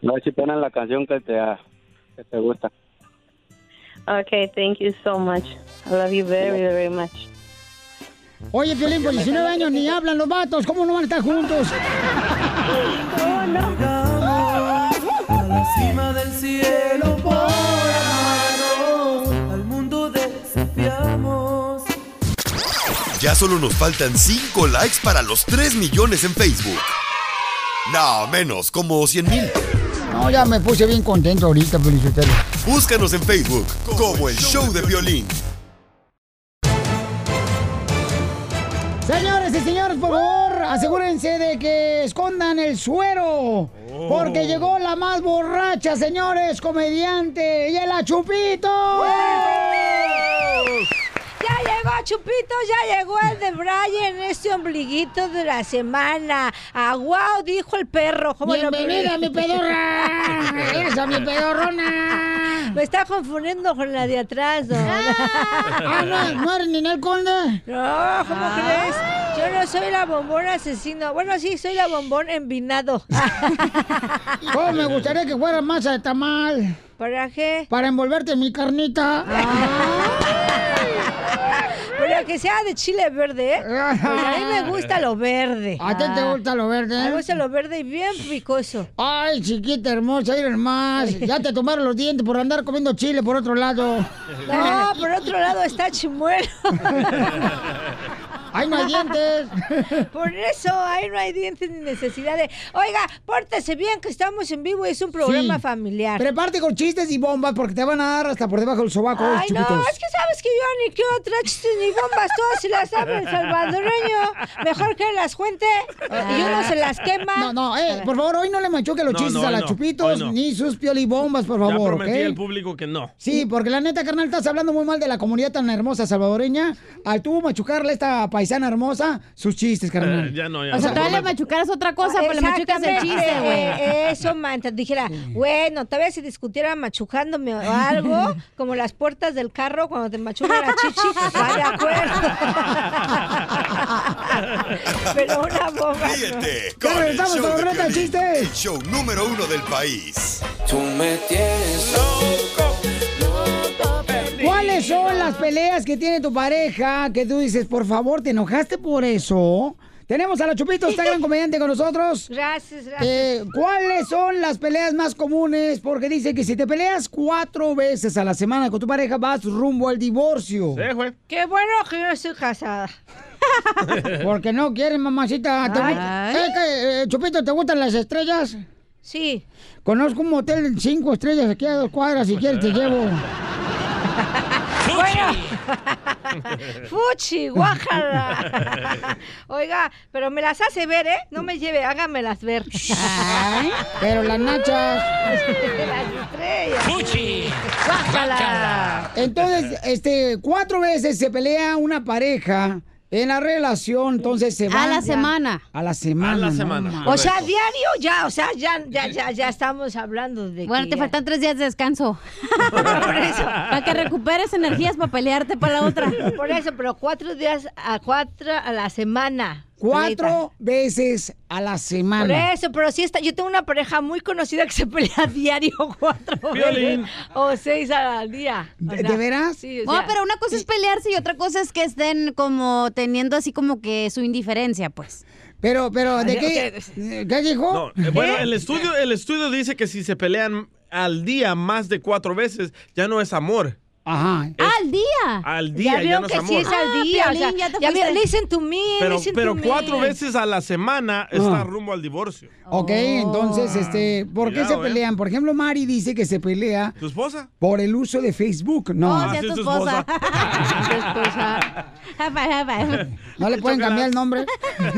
No, si ponen la canción que te, ah, que te gusta.
Okay, thank you so much. I love you very, very much.
Oye, Piolín, por 19 años ni hablan los vatos, ¿cómo no van a estar juntos?
A la cima del cielo por amarnos, al mundo desafiamos.
Ya solo nos faltan 5 likes para los 3 millones en Facebook. No, menos, como 100 mil.
No, ya me puse bien contento ahorita, Felicitelo.
Búscanos en Facebook como el show de violín.
Señores y señores, por favor, asegúrense de que escondan el suero. Porque llegó la más borracha, señores, comediante. ¡Y la Chupito!
Ya llegó Chupito, ya llegó el de Brian, este ombliguito de la semana. ¡Aguau! dijo el perro.
Bienvenida, mi pedorra. Esa, mi pedorrona.
Me está confundiendo con la de atrás, ¿no?
Ah, no, no eres Ninel Conde. Ah.
No, ¿cómo crees? Yo no soy la bombón asesino. Bueno, sí, soy la bombón envinado.
Oh, me gustaría que fuera masa de tamal.
¿Para qué?
Para envolverte en mi carnita.
Pero que sea de chile verde, ¿eh? Porque a mí me gusta lo verde.
¿A ti te gusta lo verde?
Me gusta lo verde y bien picoso.
Ay, chiquita hermosa, ir más. Ya te tomaron los dientes por andar comiendo chile por otro lado.
No, por otro lado está chimuelo.
¡Ay, no hay dientes!
Por eso, ahí no hay dientes ni necesidad de... Oiga, pórtese bien que estamos en vivo y es un programa
Sí.
familiar.
Prepárate con chistes y bombas porque te van a dar hasta por debajo del sobaco,
Ay,
chupitos.
no, es que sabes que yo ni que otra chistes ni bombas, todas se las sabe el salvadoreño. Mejor que las cuente y uno se las quema.
No, no, eh, por favor, hoy no le machuque los
No,
chistes
no,
a
hoy
las
no,
chupitos
hoy no.
ni sus piolibombas, por favor,
ya prometí
¿ok?
al público que no.
Sí, porque la neta, carnal, estás hablando muy mal de la comunidad tan hermosa salvadoreña. Al tuvo machucarle a esta paisana hermosa sus chistes, carnal.
Eh, ya no, ya
O sea,
no.
tú le machucaras otra cosa,
pues
pero le machucas el chiste, güey.
Exactamente, eh, Eso, man, te dijera, bueno, tal vez si discutiera machucándome o algo, como las puertas del carro cuando te machuca la chichi, va Ah, de acuerdo. Pero una bomba.
Ríete
Ya
con el
regresamos
show
a la
de
ruleta de
Piolín,
chistes.
el show número uno del país.
Tú me tienes loco.
¿Cuáles son las peleas que tiene tu pareja, que tú dices, por favor, te enojaste por eso. Tenemos a la Chupito, está gran comediante con nosotros.
Gracias, gracias.
Eh, ¿Cuáles son las peleas más comunes? Porque dice que si te peleas cuatro veces a la semana con tu pareja, vas rumbo al divorcio.
Qué bueno que yo estoy casada.
Porque no quieren, mamacita. ¿Te gu-
Ay.
Eh, que, eh, Chupito, ¿te gustan las estrellas?
Sí.
Conozco un motel de cinco estrellas aquí a dos cuadras. Si quieres, te llevo.
Fuchi, guájala. Oiga, pero me las hace ver, ¿eh? No me lleve, hágamelas ver.
Pero las nachas.
las estrellas.
Fuchi,
guájala.
Entonces, este, cuatro veces se pelea una pareja en la relación, entonces se va
la semana.
A la semana.
A la
no
semana,
manches.
O sea, diario ya, Ah, o sea, ya, ya, ya, ya estamos hablando de.
Bueno,
que
te
ya-
faltan tres días de descanso. Para que recuperes energías para pelearte para la otra.
Por eso, pero cuatro días a cuatro a la semana.
Cuatro veces a la
Por
semana.
eso, pero sí está. Yo tengo una pareja muy conocida que se pelea diario cuatro
Violín.
veces o seis al día. O
¿De-
sea,
de veras?
Sí, o
Bueno,
sea,
Oh, pero una cosa es pelearse y otra cosa es que estén como teniendo así como que su indiferencia, pues.
Pero, pero,
¿de
qué- ¿Qué dijo?
No, eh, bueno, el estudio, el estudio dice que si se pelean al día más de cuatro veces, ya no es amor.
Ajá.
al día.
Al día, ya,
vieron
no es
que
amor.
sí es al día. o sea,
Piolín, ya te
ya vieron,
fuiste.
listen to me,
pero
listen
pero
to me.
cuatro veces a la semana está
Ah.
rumbo al divorcio.
Ok,
Oh.
entonces, este, ¿por qué
eh.
Cuidado,
se pelean? Por ejemplo, Mari dice que se pelea.
¿Tu esposa?
Por el uso de Facebook, no.
Oh, si es tu esposa. Tu esposa. Japa, japa.
¿No le pueden cambiar el nombre?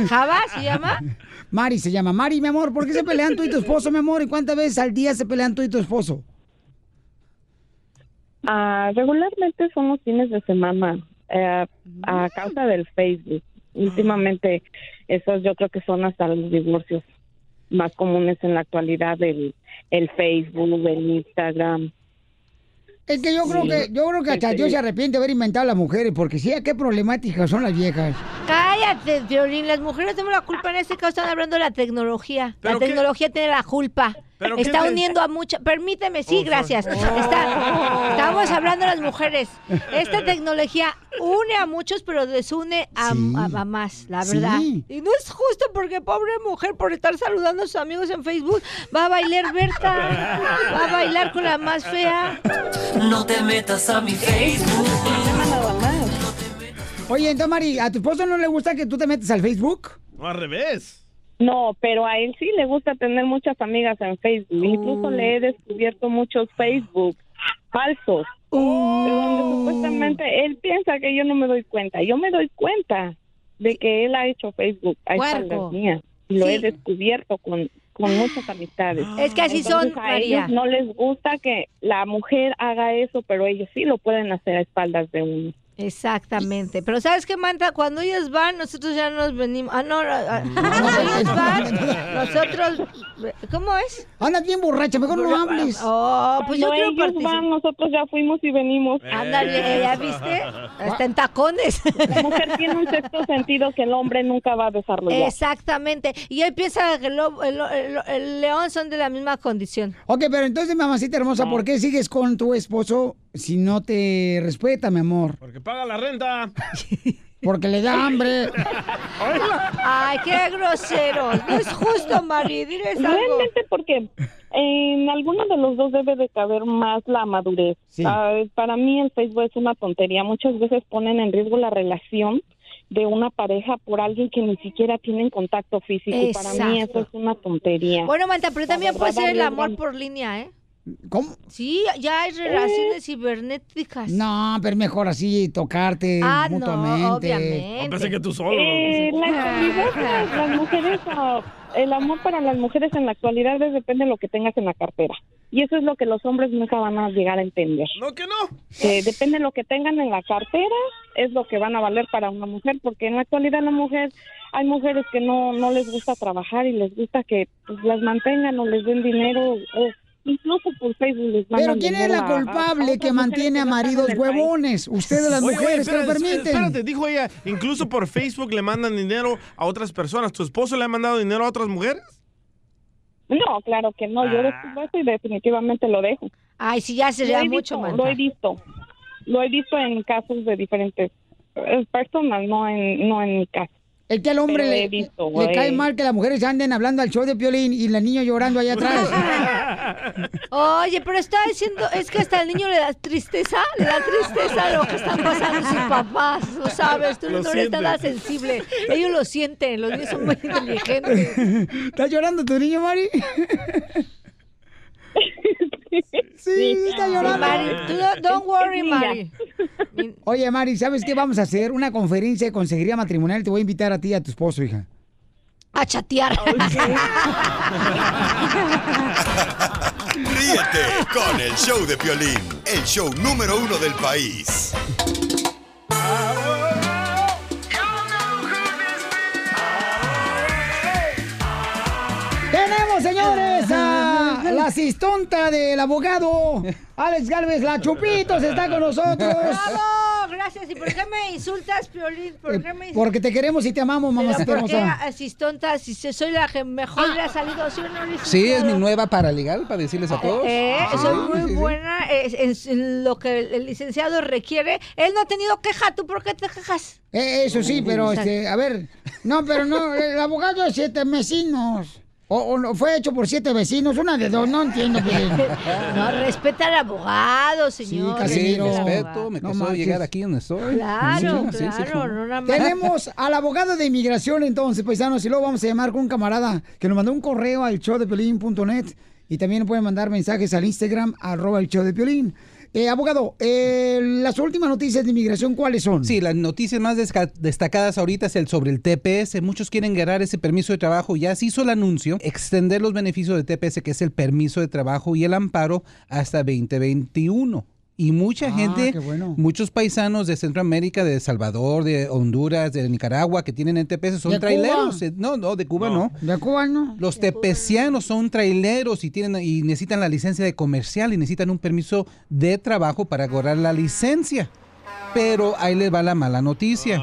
¿Java se llama?
Mari se llama. Mari, mi amor, ¿por qué se pelean tú y tu esposo, mi amor? ¿Y cuántas veces al día se pelean tú y tu esposo?
Ah, regularmente son los fines de semana eh, a causa del Facebook. Últimamente, esos yo creo que son hasta los divorcios más comunes en la actualidad, el, el Facebook, el Instagram.
Es que yo creo
Sí.
que, yo creo que hasta
Sí, sí.
Dios se arrepiente de haber inventado a las mujeres, porque sí, qué problemáticas son las viejas.
Cállate, Violín. Las mujeres tenemos la culpa en este caso. Están hablando de la tecnología. La
¿Pero qué?
tecnología tiene la culpa.
¿Pero
Está
qué te-
uniendo a muchas. Permíteme, sí, gracias. Está- Estamos hablando de las mujeres. Esta tecnología une a muchos, pero desune a, a- a más, la
Sí.
verdad. Y no es justo porque pobre mujer, por estar saludando a sus amigos en Facebook, va a bailar Berta. Va a bailar con la más fea.
no te metas a mi Facebook.
Oye, entonces, Mari, ¿a tu esposo no le gusta que tú te metas al Facebook?
No, al revés.
No, pero a él sí le gusta tener muchas amigas en Facebook. Incluso le he descubierto muchos Facebook falsos.
Uh.
de Donde
Mm.
supuestamente él piensa que yo no me doy cuenta. Yo me doy cuenta de que él ha hecho Facebook a
Puerco.
espaldas mías. Y lo
Sí. Ah.
he descubierto con, con muchas amistades.
Es que así son,
Entonces, a
María.
ellos no les gusta que la mujer haga eso, pero ellos sí lo pueden hacer a espaldas de uno.
Exactamente. Pero ¿sabes qué, Manta? Cuando ellos van, nosotros ya nos venimos. Ah, no, ah, ah, cuando ellos van, nosotros... ¿Cómo es?
Anda bien borracha, mejor no hables.
Oh, pues yo
Cuando
quiero
ellos
participar.
van, nosotros ya fuimos y venimos.
Ándale, ¿ya
Eh.
viste? Hasta en tacones.
La mujer tiene un sexto sentido que el hombre nunca va a desarrollar.
Exactamente. Y él piensa que el, lobo- el lo- el lo- el león son de la misma condición.
Ok, pero entonces, mamacita hermosa, ¿por qué sigues con tu esposo si no te respeta, mi amor?
Porque paga la renta.
Porque le da hambre.
Ay, qué grosero. No es justo, Mari. Diles algo.
Realmente porque en alguno de los dos debe de caber más la madurez. Ah, para mí el Facebook es una tontería. Muchas veces ponen en riesgo la relación de una pareja por alguien que ni siquiera tienen contacto físico. Y Para mí
Exacto.
eso es una tontería.
Bueno, Manta, pero también
La
puede
verdad,
ser el
vale,
amor
vale.
por línea, ¿eh?
¿Cómo?
Sí, ya hay relaciones cibernéticas.
No, pero mejor así, tocarte
Ah, no,
mutuamente.
obviamente. No, pensé que tú solo.
Eh, las convivencias, las mujeres, ah, el amor para las mujeres en la actualidad es depende de lo que tengas en la cartera. Y eso es lo que los hombres nunca van a llegar a entender.
No, que no.
Eh, depende de lo que tengan en la cartera, es lo que van a valer para una mujer, porque en la actualidad la mujer, hay mujeres que no, no les gusta trabajar y les gusta que pues, las mantengan o les den dinero, o incluso por Facebook les mandan
Pero ¿quién es
dinero
la
a- a- a
culpable
otras
que mantiene a maridos
del país.
huevones? Ustedes las
Oye, oye,
mujeres que lo
espérate,
permiten.
Espérate, dijo ella, incluso por Facebook le mandan dinero a otras personas. ¿Tu esposo le ha mandado dinero a otras mujeres?
No, claro que no, yo descubro eso y definitivamente lo dejo.
Ay, sí, ya
se
sería mucho, Manta.
Lo he visto. lo he visto en casos de diferentes eh, personas, no en, no en mi caso.
Es que al hombre
Pero
le,
he visto,
le
eh,
cae mal que las mujeres anden hablando al show de Piolín y la niña llorando allá atrás.
Oye, pero está diciendo, es que hasta el niño le da tristeza, le da tristeza lo que están pasando sus papás, lo sabes, tú
Lo
no eres
siente.
nada sensible, ellos lo sienten, los niños son muy inteligentes.
¿Estás llorando tu niño, Mari? Sí, está llorando.
Mari, tú no- don't worry, Mari.
Oye, Mari, ¿sabes qué vamos a hacer? Una conferencia de consejería matrimonial. Te voy a invitar a ti y a tu esposo, hija.
A chatear.
Ríete con el show de Piolín, el show número uno del país.
Tenemos, señores, a la asistonta del abogado Alex Galvez, la Chupitos, está con nosotros.
¡Bravo! Gracias. ¿Y por qué me insultas, Piolín? ¿Por qué me
Eh, Porque te queremos y te amamos, mamá.
Pero ¿Por qué asistonta? Si se- soy la que mejor le ha salido, ¿sí o no? Luis?
Sí, es mi nueva paralegal para decirles a todos.
Eh,
Ah,
Sí,
soy
sí,
muy
sí.
buena eh, en, en lo que el, el licenciado requiere. Él no ha tenido queja, ¿tú por qué te quejas?
Eh, eso sí, pero este, a ver. No, pero no, el abogado de siete vecinos. O, o no, fue hecho por siete vecinos, una de dos, no entiendo.
No, respeta al abogado, señor.
Sí,
Casimiro.
respeto, me
No
quiso
marches.
llegar aquí donde estoy.
Claro,
Sí, sí, sí,
claro,
sí.
no nada más.
Tenemos al abogado de inmigración entonces, paisanos, y luego vamos a llamar con un camarada que nos mandó un correo al showdepiolín.net y también pueden mandar mensajes al Instagram, arroba el show de Piolín. Eh, abogado, eh, las últimas noticias de inmigración, ¿cuáles son?
Sí, las noticias más desca- destacadas ahorita es el sobre el TPS. Muchos quieren ganar ese permiso de trabajo. Ya se hizo el anuncio, extender los beneficios del TPS, que es el permiso de trabajo y el amparo, hasta 2021. Y mucha gente,
Ah, qué bueno.
muchos paisanos de Centroamérica, de El Salvador, de Honduras, de Nicaragua, que tienen el TPS, son
¿De Cuba?
traileros. Eh, No, no, de Cuba no.
De Cuba no.
Los tepecianos son traileros y tienen y necesitan la licencia de comercial y necesitan un permiso de trabajo para cobrar la licencia. Pero ahí les va la mala noticia.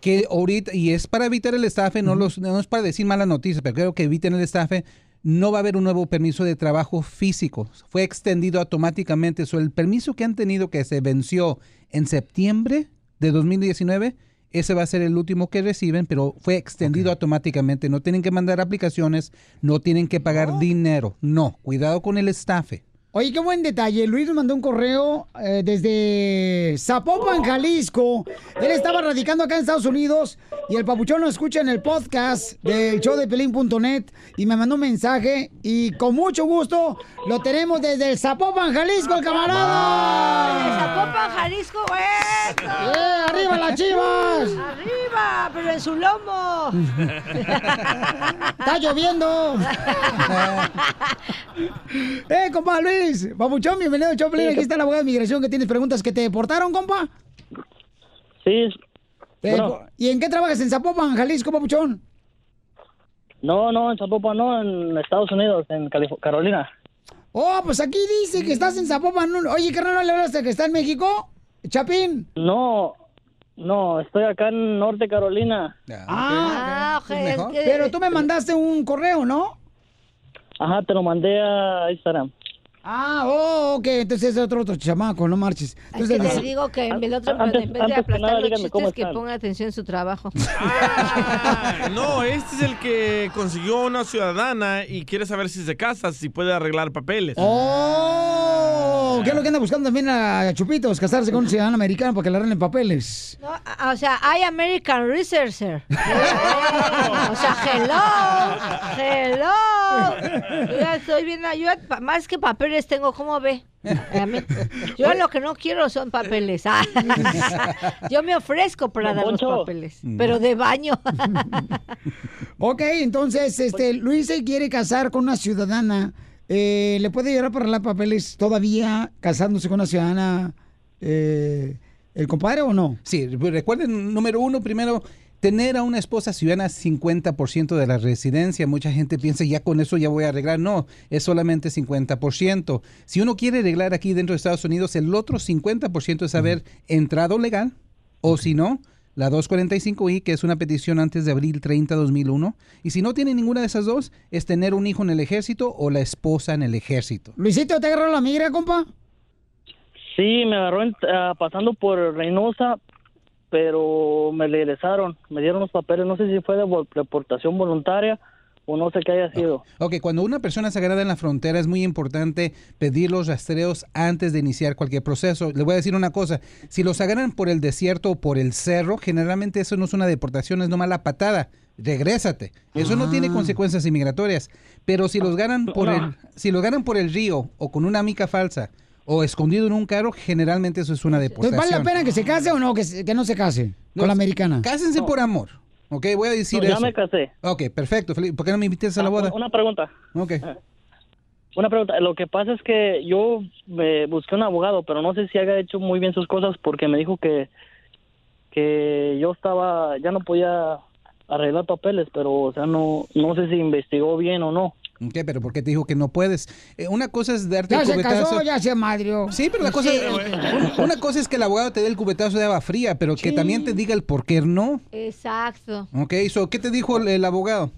Que ahorita, y es para evitar el estafe, no, los, no es para decir malas noticias, pero creo que eviten el estafe. No va a haber un nuevo permiso de trabajo físico. Fue extendido automáticamente. So, el permiso que han tenido que se venció en septiembre de 2019 ese va a ser el último que reciben, pero fue extendido automáticamente. No tienen que mandar aplicaciones, no tienen que pagar dinero. No, cuidado con el estafe.
Oye, qué buen detalle. Luis nos mandó un correo eh, desde Zapopan, Jalisco. Él estaba radicando acá en Estados Unidos y el papuchón lo escucha en el podcast del show de Pelín.net y me mandó un mensaje y con mucho gusto lo tenemos desde el Zapopan, Jalisco, el camarada.
Zapopan, Jalisco, ¡eso!
¡Eh, arriba las chivas!
¡Arriba! ¡Pero en su lomo!
¡Está lloviendo! ¡Eh, compa Luis! Papuchón, bienvenido al show de Pelín. Aquí está la abogada de migración que tienes preguntas que te deportaron, compa.
Sí.
Te
Bueno.
depo- ¿Y en qué trabajas en Zapopan, Jalisco, papuchón?
No, no, en Zapopan, no, en Estados Unidos, en Calif- Carolina.
Oh, pues aquí dice que estás en Zapopan. No- Oye, carnal, ¿no le hablaste que está en México? Chapín.
No, no, estoy acá en Norte Carolina.
Ah,
ok, es que-
Pero tú me mandaste un correo, ¿no?
Ajá, te lo mandé a Instagram.
Ah, oh, ok. Entonces es otro, otro chamaco, no marches.
Es
Entonces
que te
dice-
digo que en el otro,
Antes-
en vez de
antes que
aplastar
nada,
los
díganme cómo
chistes, que
están.
ponga atención en su trabajo.
No, este es el que consiguió una ciudadana y quiere saber si se casa, si puede arreglar papeles.
Oh, ¿qué es lo que anda buscando también a Chupitos? Casarse con un ciudadano americano para que le arreglen papeles.
No, a- Ah, o sea, I American Researcher. Eh, o sea, hello, hello. Yo ya estoy bien, yo ya pa- más que papeles tengo, ¿cómo ve? A mí- Yo lo que no quiero son papeles. Ah, yo me ofrezco para
Don
dar los
Poncho.
papeles, pero de baño.
Ok, entonces, este, Luis se quiere casar con una ciudadana. Eh, ¿Le puede llegar para arreglar papeles todavía casándose con una ciudadana? eh, ¿El compadre o no?
Sí, recuerden, número uno, primero, tener a una esposa ciudadana 50% de la residencia. Mucha gente piensa, ya con eso ya voy a arreglar. No, es solamente 50%. Si uno quiere arreglar aquí dentro de Estados Unidos, el otro 50% es haber entrado legal o si no, la 245i, que es una petición antes de abril 30, 2001. Y si no tiene ninguna de esas dos, es tener un hijo en el ejército o la esposa en el ejército.
Luisito, ¿te agarró la migra, compa?
Sí, me agarró en- ah, pasando por Reynosa, pero me regresaron, me dieron los papeles, no sé si fue de vol- deportación voluntaria o no sé qué haya sido.
Ok, cuando una persona es agarrada en la frontera es muy importante pedir los rastreos antes de iniciar cualquier proceso. Le voy a decir una cosa, si los agarran por el desierto o por el cerro, generalmente eso no es una deportación, es nomás la patada. Regrésate. Eso no tiene consecuencias inmigratorias. Pero si los ganan por
Ah. No.
el, si los ganan por el río o con una mica falsa o escondido en un carro, generalmente eso es una
Entonces,
Pues
deportación.
¿vale la pena que se case o no? Que, se- que no se case con la americana.
Cásense por amor. Ok, voy a decir
No, ya
eso.
me casé. Ah,
Ok, perfecto. Felipe, ¿Por qué no me invitas a la boda?
Una pregunta. Ah.
Ok.
Una pregunta, lo que pasa es que yo eh, busqué un abogado, pero no sé si haya hecho muy bien sus cosas porque me dijo que que yo estaba ya no podía arreglar papeles, pero o sea, no no sé si investigó bien o no.
Ok, pero ¿por qué te dijo que no puedes? Eh, una cosa es darte
Ya
el
se
cubetazo.
casó, ya se madrió.
Sí, pero la cosa, una- una cosa es que el abogado te dé el cubetazo de agua fría, pero que
Sí.
también te diga el por qué no.
Exacto.
Ok, so, ¿qué te dijo el, el abogado?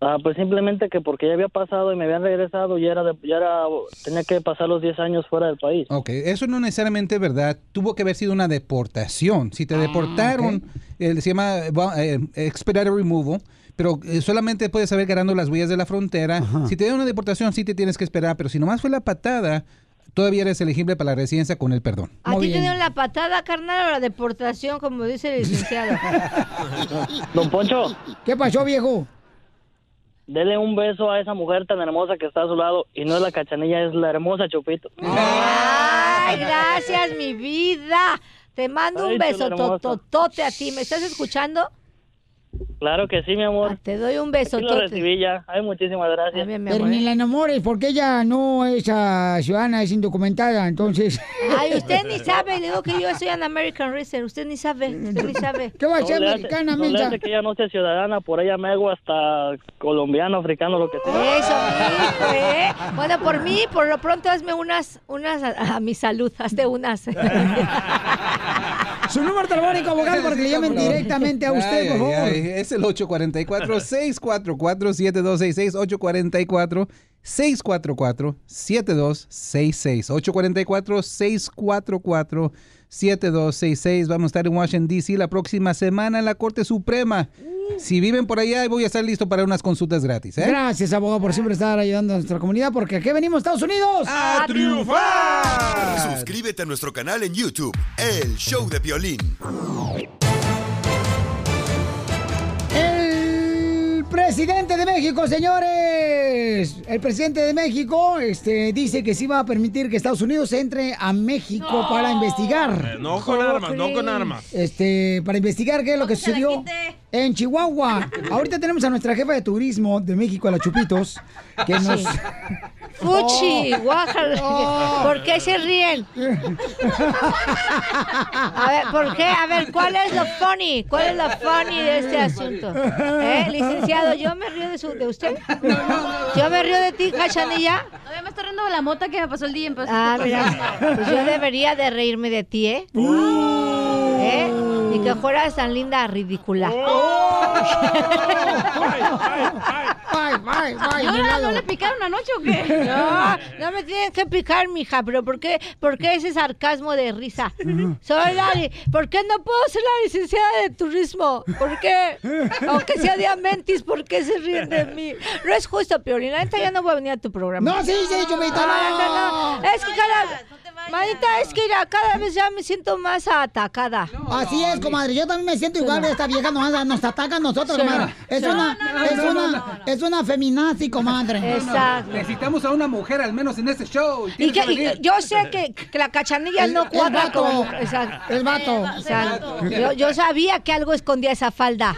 Ah, pues simplemente que porque ya había pasado y me habían regresado y era de- ya era tenía que pasar los 10 años fuera del país.
Ok, eso no necesariamente es verdad. Tuvo que haber sido una deportación. Si
Ah,
te deportaron, eh, se llama eh, va- eh, expedited removal, pero eh, solamente puedes haber ganando las huellas de la frontera. Si te dieron una deportación, sí te tienes que esperar, pero si nomás fue la patada, todavía eres elegible para la residencia con el perdón.
¿A ti te dieron la patada, carnal, o la deportación, como dice el licenciado?
Don Poncho,
¿Qué pasó, viejo?
dele un beso a esa mujer tan hermosa que está a su lado y no es la cachanilla, es la hermosa Chupito.
Ah. Ay, gracias, mi vida. Te mando
Ay,
un
chula
beso
hermosa.
tototote a ti. ¿Me estás escuchando?
Claro que sí, mi amor.
Ah, Te doy un
Sí
beso
lo recibí ya. Ay, muchísimas gracias.
Pero ni la enamores porque ella no es ah, ciudadana, es indocumentada, entonces...
Ay, usted ni sabe. Le digo que yo soy an American Racer. Usted ni sabe. Usted ni sabe.
¿Qué va
No le hace- no le hace que ella no sea ciudadana, por ella me hago hasta colombiano, africano, lo que sea.
Eso, mijo, ¿eh? Bueno, por mí, por lo pronto, hazme unas, unas a, a mi salud. Hazte unas.
Su número telefónico, abogado, porque le llamen directamente a usted, por
Ay,
favor.
ay, ay. Es el 844-644-7266. 844-644-7266. 844-644-7266. Vamos a estar en Washington, D.C. la próxima semana en la Corte Suprema. Si viven por allá, voy a estar listo para unas consultas gratis. ¿eh?
Gracias, abogado, por siempre estar ayudando a nuestra comunidad, porque aquí venimos, Estados Unidos.
¡A triunfar!
Suscríbete a nuestro canal en YouTube, El Show de Violín.
El presidente de México, señores. El presidente de México este, dice que sí va a permitir que Estados Unidos entre a México para investigar.
Eh, No con armas, no con armas.
Este, para investigar qué es lo que sucedió en Chihuahua. Ahorita tenemos a nuestra jefa de turismo de México, a la Chupitos, que nos.
Sí. Fuchi,
Oh.
guájala.
Oh.
¿Por qué se ríen? A ver, ¿por qué? A ver, ¿cuál es lo funny? ¿Cuál es lo funny de este asunto? ¿Eh, licenciado, yo me río de, su- de usted. Yo me río de ti, Cachanilla.
Todavía me estoy riendo de la mota que me pasó el día. pero-
Ah, mira, pues yo debería de reírme de ti, ¿eh? ¿Eh? Ni que fueras tan linda, ridícula. Oh.
Bye, bye, bye,
¿Y ahora
helado.
no le picaron anoche o qué?
No, no me tienen que picar, mija, pero ¿por qué, por qué ese sarcasmo de risa? Soy la, li- ¿Por qué no puedo ser la licenciada de turismo? ¿Por qué? Aunque sea diamantis, ¿por qué se ríen de mí? No es justo, Piolín. La neta ya no voy a venir a tu programa.
No, sí, sí, Chumita, no.
Es que cada... Manita, es que mira, cada vez ya me siento más atacada.
Así es, comadre. Yo también me siento igual. Esta vieja nos, nos ataca a nosotros,
Sí,
comadre.
no.
Es
No,
una,
no, no,
es
no,
una,
no,
es una feminazi, comadre.
Necesitamos a una mujer al menos en este show. Tienes
Y, que,
que
y
venir.
yo sé que, que la cachanilla
El-
no
el
cuadra
vato.
con... Exacto.
El vato.
Exacto.
El vato.
Yo, yo sabía que algo escondía esa falda.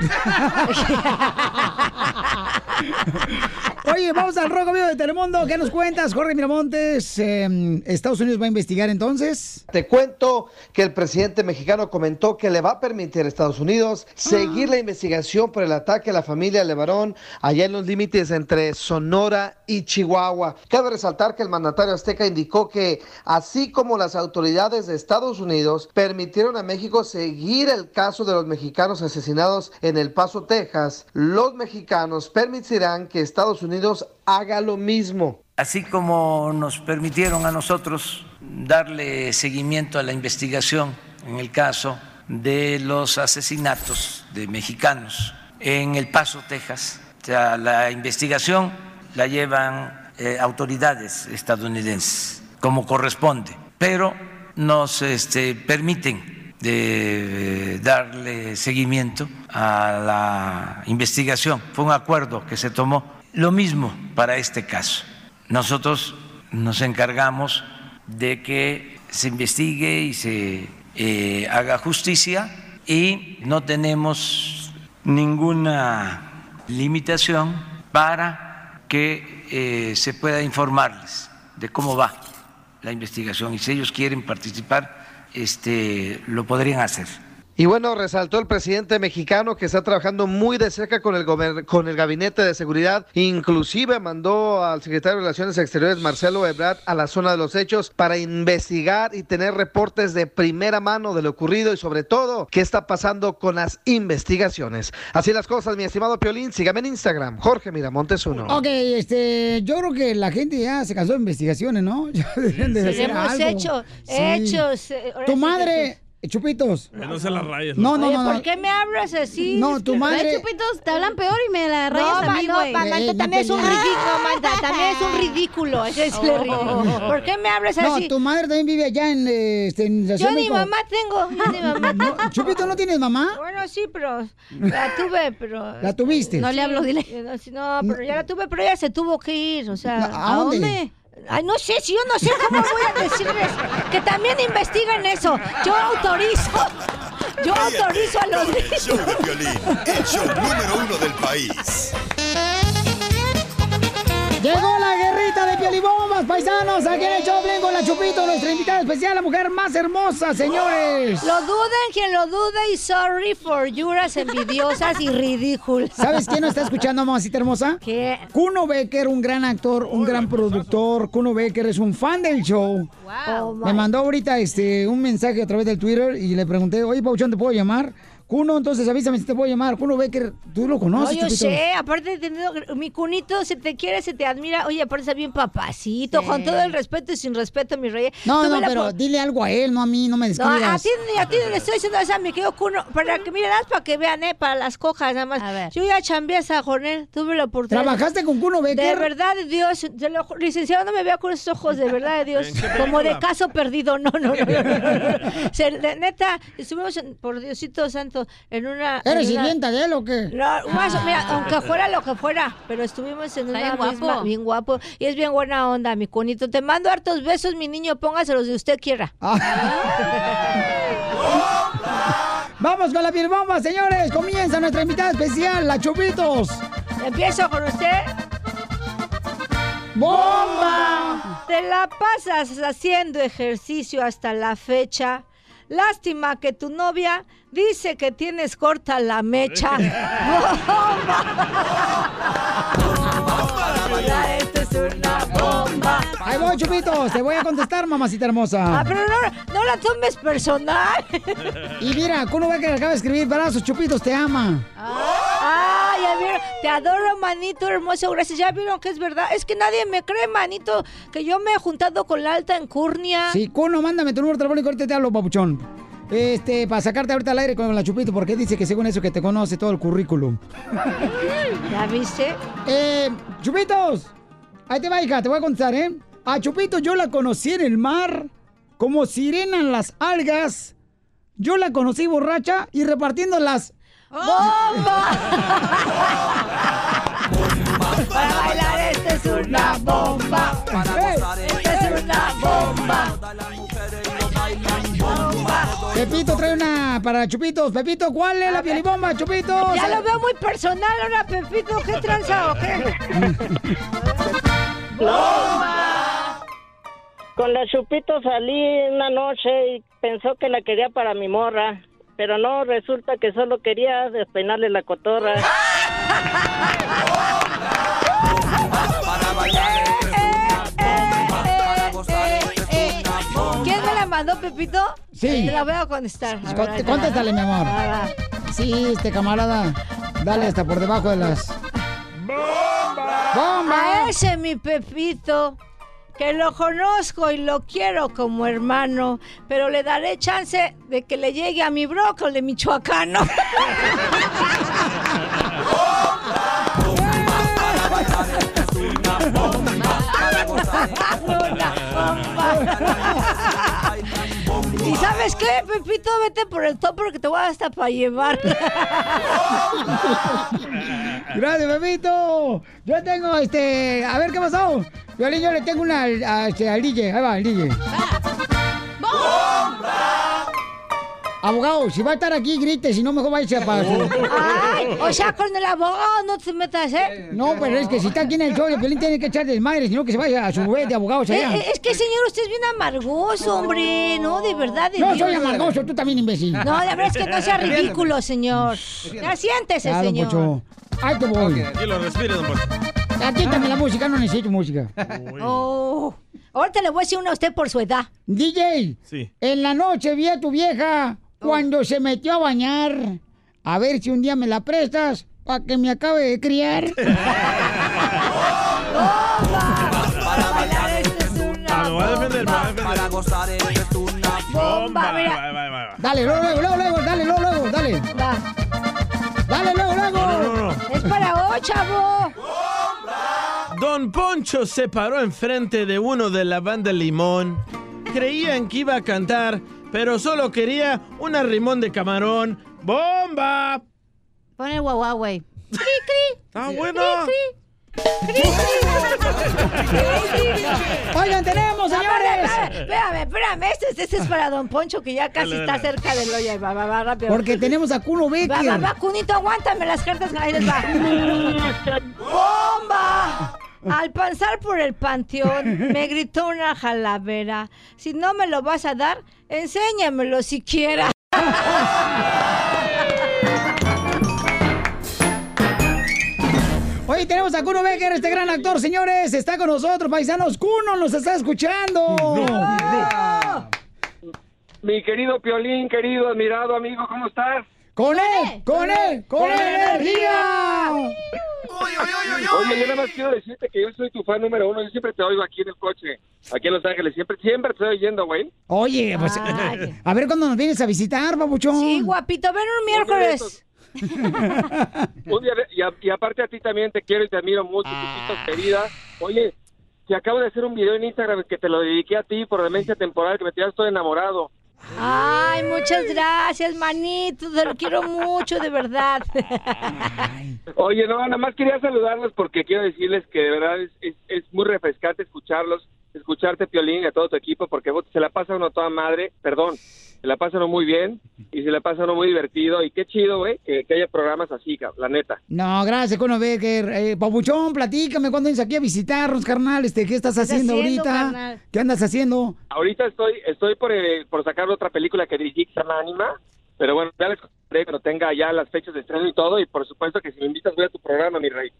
Oye, vamos al Rojo Vivo de Telemundo. ¿Qué nos cuentas, Jorge Miramontes?
em,
Eh, ¿Estados Unidos va a investigar entonces?
Te cuento que el presidente mexicano comentó que le va a permitir a Estados Unidos
Ah.
seguir la investigación por el ataque a la familia Levarón allá en los límites entre Sonora y Chihuahua. Cabe resaltar que el mandatario azteca indicó que así como las autoridades de Estados Unidos permitieron a México seguir el caso de los mexicanos asesinados en El Paso, Texas, los mexicanos permitirán que Estados Unidos haga lo mismo.
Así como nos permitieron a nosotros darle seguimiento a la investigación en el caso de los asesinatos de mexicanos en El Paso, Texas. O sea, la investigación la llevan eh, autoridades estadounidenses, como corresponde, pero nos este, permiten de eh, darle seguimiento a la investigación. Fue un acuerdo que se tomó. Lo mismo para este caso. Nosotros nos encargamos de que se investigue y se eh, haga justicia y no tenemos ninguna limitación para que eh, se pueda informarles de cómo va la investigación y si ellos quieren participar, este, lo podrían hacer.
Y bueno, resaltó el presidente mexicano que está trabajando muy de cerca con el, gober- con el gabinete de seguridad. Inclusive mandó al secretario de Relaciones Exteriores, Marcelo Ebrard, a la zona de los hechos para investigar y tener reportes de primera mano de lo ocurrido y sobre todo qué está pasando con las investigaciones. Así las cosas, mi estimado Piolín. Sígame en Instagram, Jorge Miramontes uno.
Ok, este, yo creo que la gente ya se cansó de investigaciones, ¿no? Ya deberían de hacer
Tenemos
algo.
hecho-
Sí.
hechos, eh, ahora
Tu
sí,
madre, Chupitos.
Eh, No se la rayes.
No, no,
Oye,
no.
¿Por
no.
qué me hablas así?
No, tu madre-
Ay, chupitos, te hablan peor y me la rayas
no,
a mí,
no,
güey. Eh,
pa, Manta, también es un ridículo, Manta, también es un ridículo. Ese es el ridículo. Oh. ¿Por qué me hablas
Oh. No,
así?
tu madre también vive allá en, eh, este, en la
Yo
Ciudad de
ni
México.
mamá tengo, yo ni mamá.
No, Chupito, ¿no tienes mamá?
Bueno, sí, pero la tuve, pero...
¿La tuviste?
No le hablo, dile. No, sí, no, pero ya la tuve, pero ella se tuvo que ir, o sea...
¿A dónde?
Ay, no sé, si yo no sé cómo voy a decirles que también investiguen eso. Yo autorizo, yo autorizo a los
Con el show de violín, el show número uno del país.
Llegó la guerrita de piolibombas, paisanos. Aquí en el Choplin con la Chupito, nuestra invitada especial, la mujer más hermosa, señores.
Lo duden quien lo dude y sorry for yuras envidiosas y ridículas.
¿Sabes quién nos está escuchando, mamacita hermosa?
¿Qué?
Kuno Becker, un gran actor, un gran productor. Kuno Becker es un fan del
Oh,
show.
Wow.
Me mandó ahorita este, un mensaje a través del Twitter y le pregunté, oye, Pauchón, ¿te puedo llamar? Kuno, entonces avísame si te puedo llamar. Kuno Becker, tú lo
No,
conoces, este
yo
Chupito?
sé, aparte de tener mi cunito, se te quiere, se te admira. Oye, aparte está bien papacito,
Sí.
con todo el respeto y sin respeto, mi rey.
No,
Tuve
no,
la
pero
po-
dile algo a él, no a mí, no me
No,
describas.
a ti, ni a ti le estoy diciendo esa, mi querido cuno, para que miren, nada más para que vean, eh, para las cojas nada más. Yo ya chambeé esa jornal, tuve la oportunidad.
¿Trabajaste con Kuno Becker?
De verdad, de Dios, te lo ju- licenciado, no me vea con esos ojos, de verdad, de Dios, como de caso perdido, no, no, no, no, no, no. Se- de- neta, estuvimos, en- por Diosito Santo, en una... en
¿Eres
una-
sirvienta de él o qué?
no, más o- mira, aunque fuera lo que fuera, pero estuvimos en
Ah. Está
una
bien
misma-
guapo.
bien guapo y es bien buena onda, mi cunito. Te mando hartos besos, mi niño, póngaselos de usted quiera.
Ah.
Vamos con la pielbomba, señores. Comienza nuestra invitada especial, la Chupitos.
Empiezo con usted. ¡Bomba! Te la pasas haciendo ejercicio hasta la fecha. Lástima que tu novia dice que tienes corta la mecha.
¡Bomba! Ahí voy, Chupitos. Te voy a contestar, mamacita hermosa.
Ah, pero no, no la tomes personal.
Y mira, Kuno Becker acaba de escribir brazos. Chupitos te ama.
Ah, ya vieron. Te adoro, manito hermoso. Gracias. Ya vieron que es verdad. Es que nadie me cree, manito, que yo me he juntado con la alta encurnia.
Sí, Kuno, mándame tu número telefónico. Ahorita te hablo, papuchón. Este, para sacarte ahorita al aire con la Chupito, porque dice que según eso que te conoce todo el currículum.
¿Ya viste?
Eh, Chupitos, ahí te va, hija, te voy a contar, ¿eh? A Chupito yo la conocí en el mar, como sirena en las algas. Yo la conocí borracha y repartiendo las...
Para bailar esta es una bomba. Esta es una bomba.
Pepito trae una para Chupitos. Pepito, ¿cuál es la pielibomba, Chupitos?
Ya lo veo muy personal ahora, Pepito. ¿Qué tranza Eh, o qué?
Mm.
Con la Chupito salí una noche y pensó que la quería para mi morra. Pero no, resulta que solo quería despeinarle la cotorra.
eh, ¿Quién me la mandó, Pepito?
Sí.
Te la voy a contestar. A ver,
Cont- Contéstale, mi amor. Sí, este camarada. Dale hasta por debajo de las...
A ese, mi Pepito, que lo conozco y lo quiero como hermano, pero le daré chance de que le llegue a mi brócoli michoacano. ¿Y sabes qué, Pepito? Vete por el top porque te voy hasta para llevar.
Gracias, Pepito. Yo tengo este. A ver qué pasó. Violín, yo le tengo una al, a- este, al DJ. Ahí va, al DJ. Abogado, si va a estar aquí, grite, si no, mejor vaya para.
Ay, o sea, con el abogado no te metas, ¿eh?
No, pero es que si está aquí en el show, el Piolín tiene que echar desmadre, sino que se vaya a su vez de abogados allá.
Eh, eh, es que, señor, usted es bien amargoso, hombre. No, de verdad. de
No, soy
Dios.
amargoso, tú también, imbécil.
No, la verdad es que no sea ridículo, señor. Ya siéntese,
Ya, don
señor.
Poncho. Ahí te voy.
Y lo respire, don Poncho.
Ya, quítame la música, no necesito música.
Oh. Ahorita le voy a decir una a usted por su edad.
DJ,
Sí.
en la noche vi a tu vieja
Oh.
cuando se metió a bañar. A ver si un día me la prestas para que me acabe de criar.
Ah, me va a defender, me va a defender.
Bomba, mira.
Va, va, va, va.
Dale, luego, luego, luego, luego, dale, luego, luego, dale. Dale, luego, luego.
Es para hoy, chavo.
Don Poncho se paró enfrente de uno de la banda Limón. Creían que iba a cantar, pero solo quería una rimón de camarón. ¡Bomba!
Pon el guagua, güey. ¡Cri, cri!
Ah,
Ah,
¡Está bueno!
Oigan, tenemos, señores.
Espérame, espérame. Este, este- este es para Don Poncho, que ya casi
Dale,
está
dale.
cerca del hoyo. Va, va, va, rápido.
Porque tenemos a Kuno
Va, va,
Becker.
va, Cunito, aguántame las cartas. Ahí les va. ¡Bomba! Al pasar por el panteón, me gritó una jalavera. Si no me lo vas a dar, enséñamelo siquiera.
Oye, tenemos a Kuno Becker, este gran actor, señores. Está con nosotros, paisanos. Kuno nos está escuchando.
Mi querido Piolín, querido admirado amigo, ¿cómo estás?
¡Con él! ¡Con él! ¡Con energía!
Oye, yo nada más quiero decirte que yo soy tu fan número uno. Yo siempre te oigo aquí en el coche, aquí en Los Ángeles. Siempre, siempre te estoy oyendo, güey.
Oye, pues,
Ay.
a ver cuándo nos vienes a visitar, babuchón. Sí,
guapito, ven un
miércoles. Un día de- y, a- y aparte a ti también te quiero y te admiro mucho,
Ah.
chiquito, querida. Oye, te acabo de hacer un video en Instagram que te lo dediqué a ti por demencia temporal, que me tenías todo enamorado.
Ay, muchas gracias, manito. Te lo quiero mucho, de verdad.
Oye, no, nada más quería saludarlos porque quiero decirles que de verdad es, es- es muy refrescante escucharlos, escucharte, Piolín, y a todo tu equipo, porque se la pasa uno a toda madre, perdón, se la pasa uno muy bien y se la pasa uno muy divertido. Y qué chido, güey, que, que haya programas así, cab- la neta.
No, gracias, Kuno Becker. Eh, babuchón, platícame cuándo vienes aquí a visitarnos, carnal. Este, ¿Qué estás
¿Qué estás
haciendo,
haciendo,
ahorita?
carnal?
¿Qué andas haciendo?
Ahorita estoy estoy por, eh, por sacar otra película que dirigí que se llama Anima, pero bueno, ya les contaré cuando tenga ya las fechas de estreno y todo. Y por supuesto que si me invitas, voy a tu programa, mi rey.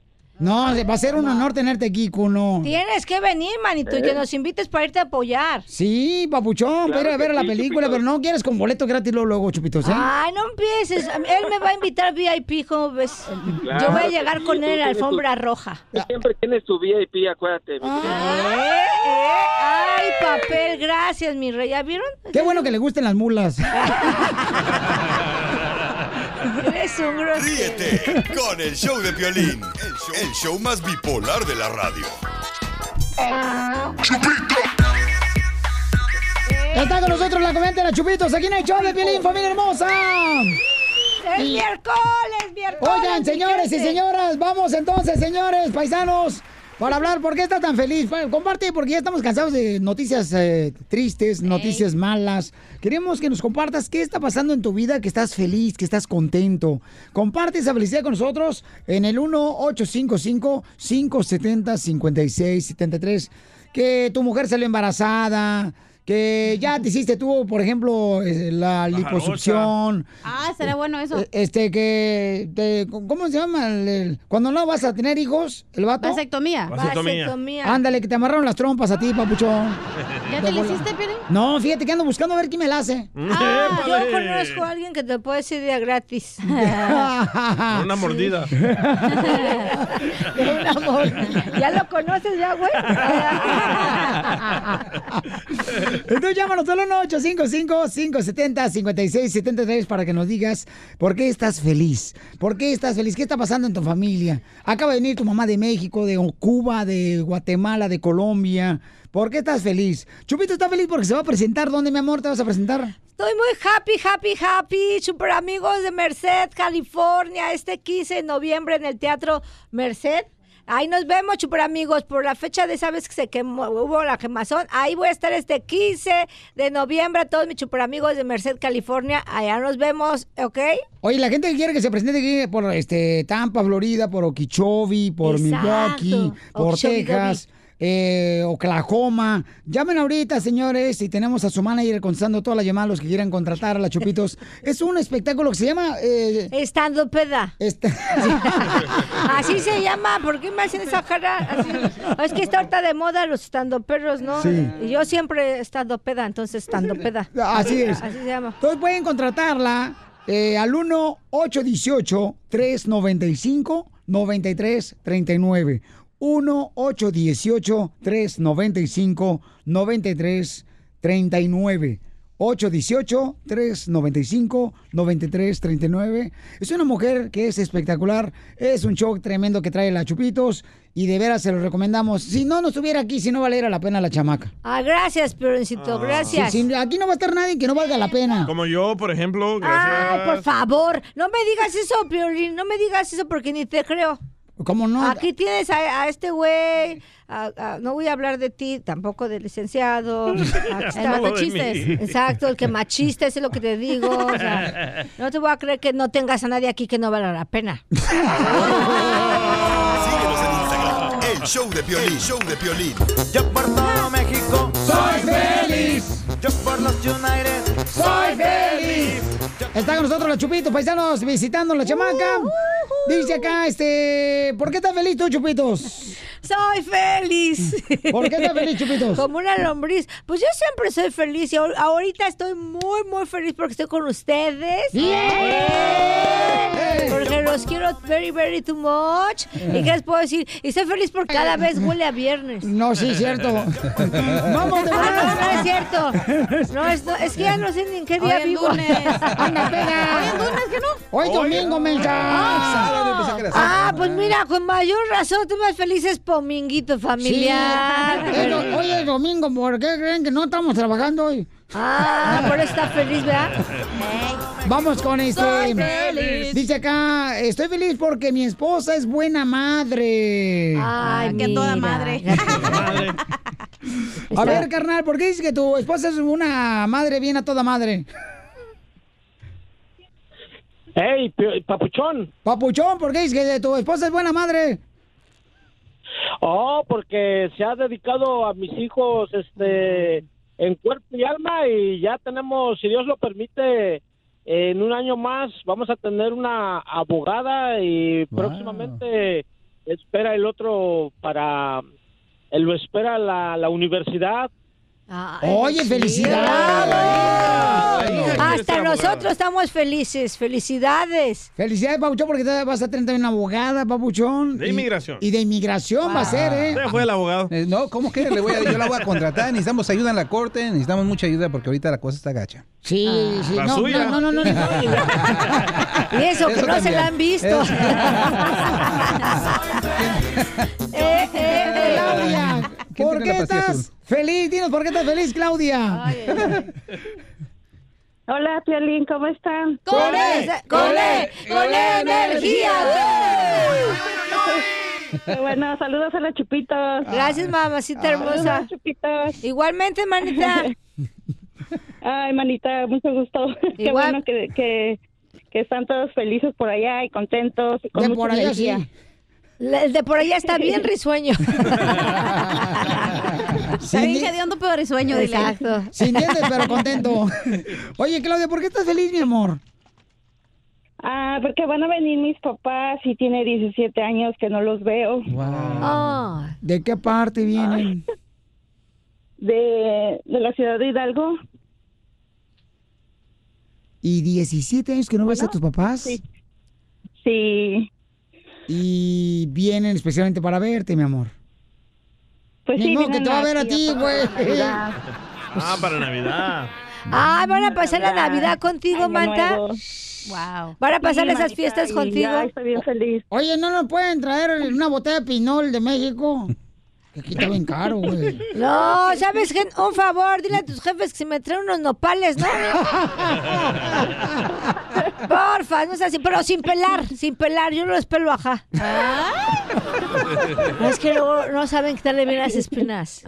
No, va a ser un honor tenerte aquí, Kuno.
Tienes que venir, manito, y que
Eh.
nos invites para irte a apoyar.
Sí, papuchón,
Claro
pero a
que
ver la
sí,
película,
Chupitos.
pero no quieres con boleto gratis luego, luego, chupitos, ¿eh?
Ay, no empieces. Él me va a invitar VIP, ¿cómo ves?
Claro
Yo voy a
que
llegar
sí,
con
tú
él en la
tienes tu-
alfombra roja.
Tú siempre tienes tu VIP, acuérdate. mi querido.
Eh, eh, ay, papel, gracias, mi rey. ¿Ya vieron?
Qué bueno que le gusten las mulas.
Eres un grosero.
Ríete Eh, con el show de Piolín, el show, el show más bipolar de la radio.
Está con nosotros la comenta de la chupitos, aquí en el show de Pielín, familia hermosa.
¡Es
Y-
miércoles, miércoles!
Oigan,
mi
señores y
gente.
señoras, vamos entonces, señores, paisanos, para hablar por qué está tan feliz. Pa- Comparte, porque ya estamos cansados de noticias eh, tristes, noticias malas. Queremos que nos compartas qué está pasando en tu vida, que estás feliz, que estás contento. Comparte esa felicidad con nosotros en el 1-855-570-5673. Que tu mujer salió embarazada. Que ya te hiciste tú, por ejemplo, eh, la liposucción.
Ah, será bueno eso.
Eh, Este que te- ¿cómo se llama? El- el- cuando no vas a tener hijos, el vato.
Vasectomía. Vasectomía. Vasectomía.
Ándale, que te amarraron las trompas a ti, papuchón.
¿Ya te la hiciste, Piolín?
No, fíjate que ando buscando a ver quién me la hace.
Ah, yo conozco a alguien que te puede decir día gratis.
Una mordida.
De una mordida. ya lo conoces, ya, güey.
Entonces llámanos al 1-855-570-5673 para que nos digas por qué estás feliz. ¿Por qué estás feliz? ¿Qué está pasando en tu familia? Acaba de venir tu mamá de México, de Cuba, de Guatemala, de Colombia. ¿Por qué estás feliz? Chupito está feliz porque se va a presentar. ¿Dónde, mi amor, te vas a presentar?
Estoy muy happy, happy, happy. Super amigos de Merced, California, este 15 de noviembre en el Teatro Merced. Ahí nos vemos, super amigos. Por la fecha de sabes que se quemó, hubo la quemazón. Ahí voy a estar este 15 de noviembre. Todos mis super amigos de Merced, California. Allá nos vemos, ¿ok?
Oye, la gente que quiere que se presente aquí por este, Tampa, Florida, por Okeechobee, por
Exacto.
Milwaukee, por
Okeechobee.
Texas, eh, Oklahoma. Llamen ahorita, señores, y tenemos a su manager contestando todas las llamadas, los que quieran contratar a la Chupitos. es un espectáculo que se llama... Eh,
Estando peda. Así se llama. ¿Por qué me hacen esa cara? Así. Es que está ahorita de moda los estando perros, ¿no?
Sí.
Y yo siempre he estado peda, entonces estando peda.
Así es.
Así se llama.
Entonces pueden contratarla eh, al 1-818-395-9339. 1-818-395-9339. 818-395-9339. Es una mujer que es espectacular. Es un show tremendo que trae la Chupitos. Y de veras se lo recomendamos. Si no, no estuviera aquí, si no valiera la pena la chamaca.
Ah, gracias, Piorincito, Ah. gracias.
Ah. Sí, sí, aquí no va a estar nadie que no valga la pena.
Como yo, por ejemplo. Gracias.
Ay, por favor, no me digas eso, Piorín, no me digas eso porque ni te creo.
¿Cómo no?
Aquí tienes a, a este güey, a- a- no voy a hablar de ti, tampoco del licenciado. el
Hablo de
machistes.
mí.
Exacto, el que machista, eso es lo que te digo. o sea, no te voy a creer que no tengas a nadie aquí que no valga la pena.
Síguenos en Instagram. El show de Piolín. El show de Piolín.
Todo México,
soy feliz.
Yo por los United,
¡Soy feliz! Está con nosotros la Chupitos, paisanos, visitando la chamaca. Dice acá, este, ¿por qué estás feliz tú, Chupitos?
Soy feliz.
¿Por qué estás feliz, Chupitos?
Como una lombriz. Pues yo siempre soy feliz y ahor- ahorita estoy muy, muy feliz porque estoy con ustedes. ¡Eh! Porque los quiero very, very too much. ¿Y qué les puedo decir? Y estoy feliz porque cada vez huele a viernes.
No, sí, cierto. Vamos de
Ah,
volada.
no, no es cierto. No, es, no, es que ya no sé ni en qué
Hoy
día
es
vivo.
lunes. Anda, pega.
Hoy es lunes, ¿qué no?
Hoy domingo, mensa.
Ah,
Sábado, pensé que era sábado.
Ah, pues mira, con mayor razón, tú más felices pominguito familiar.
Sí. Es do- Hoy es domingo, ¿por qué creen que no estamos trabajando hoy?
Ah, por eso está feliz, ¿verdad?
Vamos con este.
Soy feliz.
Dice acá, estoy feliz porque mi esposa es buena madre.
Ay, que toda madre.
A ver, carnal, ¿por qué dices que tu esposa es una madre bien a toda madre?
Hey, Pio- papuchón.
Papuchón, ¿por qué dices que tu esposa es buena madre?
Oh, porque se ha dedicado a mis hijos este en cuerpo y alma y ya tenemos, si Dios lo permite, en un año más vamos a tener una abogada y próximamente espera el otro para él lo espera la, la universidad.
Oye, felicidades.
pues Hasta nosotros estamos felices. Felicidades.
Felicidades, Papuchón, porque te vas a tener también una abogada, Papuchón.
De
Y-
inmigración.
Y de inmigración va a ser, ¿eh?
Se fue el abogado.
Eh, no, ¿cómo que? Le voy a- yo la voy a contratar. Necesitamos ayuda en la corte. Necesitamos mucha ayuda porque ahorita la cosa está gacha.
Sí,
Ah.
sí.
La
no,
suya.
no, no, no, no, no.
Y eso, que
Eso
no se
también.
la han visto.
Eso.
Eh, eh, eh.
Claudia,
¿Quién
¿por
tiene
qué
la pastilla
estás
azul?
feliz? Dinos, ¿por qué estás feliz, Claudia?
Hola, Piolín, ¿cómo están?
E,
¡Cole! ¡Cole! ¡Cole E, energía!
Bueno, saludos a la Chupitos.
Gracias, mamacita hermosa. Igualmente, manita.
Ay, manita, mucho gusto. Qué
Igual.
bueno que, que, que están todos felices por allá y contentos. Y con
De
mucha
por allá,
energía.
sí. La- El de por allá está bien risueño.
Está bien hediondo, pero risueño, dile.
Exacto.
Sin dientes, pero contento. Oye, Claudia, ¿por qué estás feliz, mi amor?
Ah, porque van a venir mis papás y tiene 17
Ah.
años que no los veo.
¿De qué parte vienen?
de, de la ciudad de Hidalgo.
¿Y 17 años que no ves a tus papás? Sí.
Sí.
Y vienen especialmente para verte, mi amor.
Pues
Ni
sí,
modo que
vienen
te va a
las
ver a ti,
tías
güey.
para Navidad.
Ah, para Navidad.
Ah, van a pasar la
Navidad,
Navidad contigo,
Año
Manta.
Nuevo.
Wow.
Van a pasar
Sí,
esas
manita,
fiestas
y
contigo.
ya
estoy bien feliz.
Oye, ¿no nos pueden traer una botella de pinol de México? Que aquí está bien caro, güey.
No, sabes, Gen? un favor, dile a tus jefes que si me traen unos nopales, ¿no? Porfa, no es así, pero sin pelar, sin pelar, yo no los pelo ajá. Es que luego no saben quitarle bien las espinas.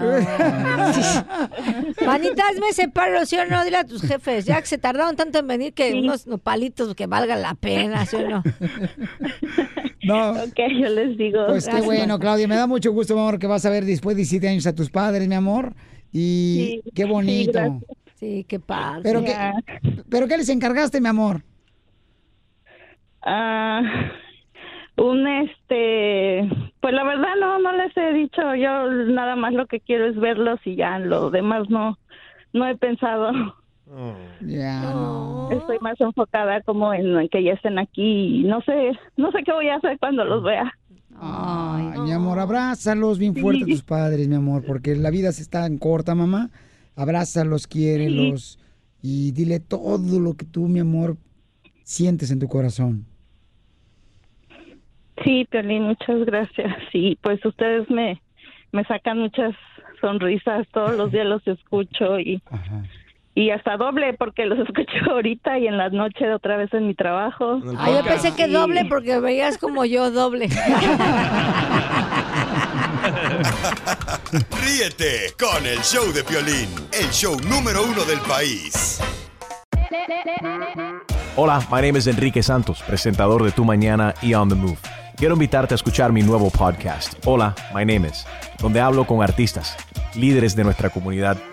Manitas, me separo, ¿sí o no? Dile a tus jefes, ya que se tardaron tanto en venir que unos nopalitos que valgan la pena, ¿sí o no?
No.
Ok, yo les digo.
Pues qué bueno, Claudia. Me da mucho gusto, mi amor, que vas a ver después de 17 años a tus padres, mi amor. Y qué bonito.
Sí, qué padre.
pero, qué, pero ¿qué les encargaste, mi amor?
Ah, un este, pues la verdad no, no les he dicho. Yo nada más lo que quiero es verlos y ya, lo demás no, no he pensado. Estoy más enfocada como en, en que ya estén aquí. y No sé, no sé qué voy a hacer cuando los vea.
Ay, mi amor, abrázalos bien fuerte a tus padres, mi amor, porque la vida se está en corta, mamá. Abrázalos, quiérelos y dile todo lo que tú, mi amor, sientes en tu corazón.
Sí, Piolín, muchas gracias. Sí, pues ustedes me, me sacan muchas sonrisas, todos los días los escucho y, y hasta doble porque los escucho ahorita y en la noche otra vez en mi trabajo.
Ah, yo pensé que
Sí.
doble porque veías como yo doble.
Ríete con el show de Piolín, el show número uno del país.
Hola, my name is Enrique Santos, presentador de Tu Mañana y On the Move. Quiero invitarte a escuchar mi nuevo podcast, Hola, my name is, donde hablo con artistas, líderes de nuestra comunidad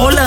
Hola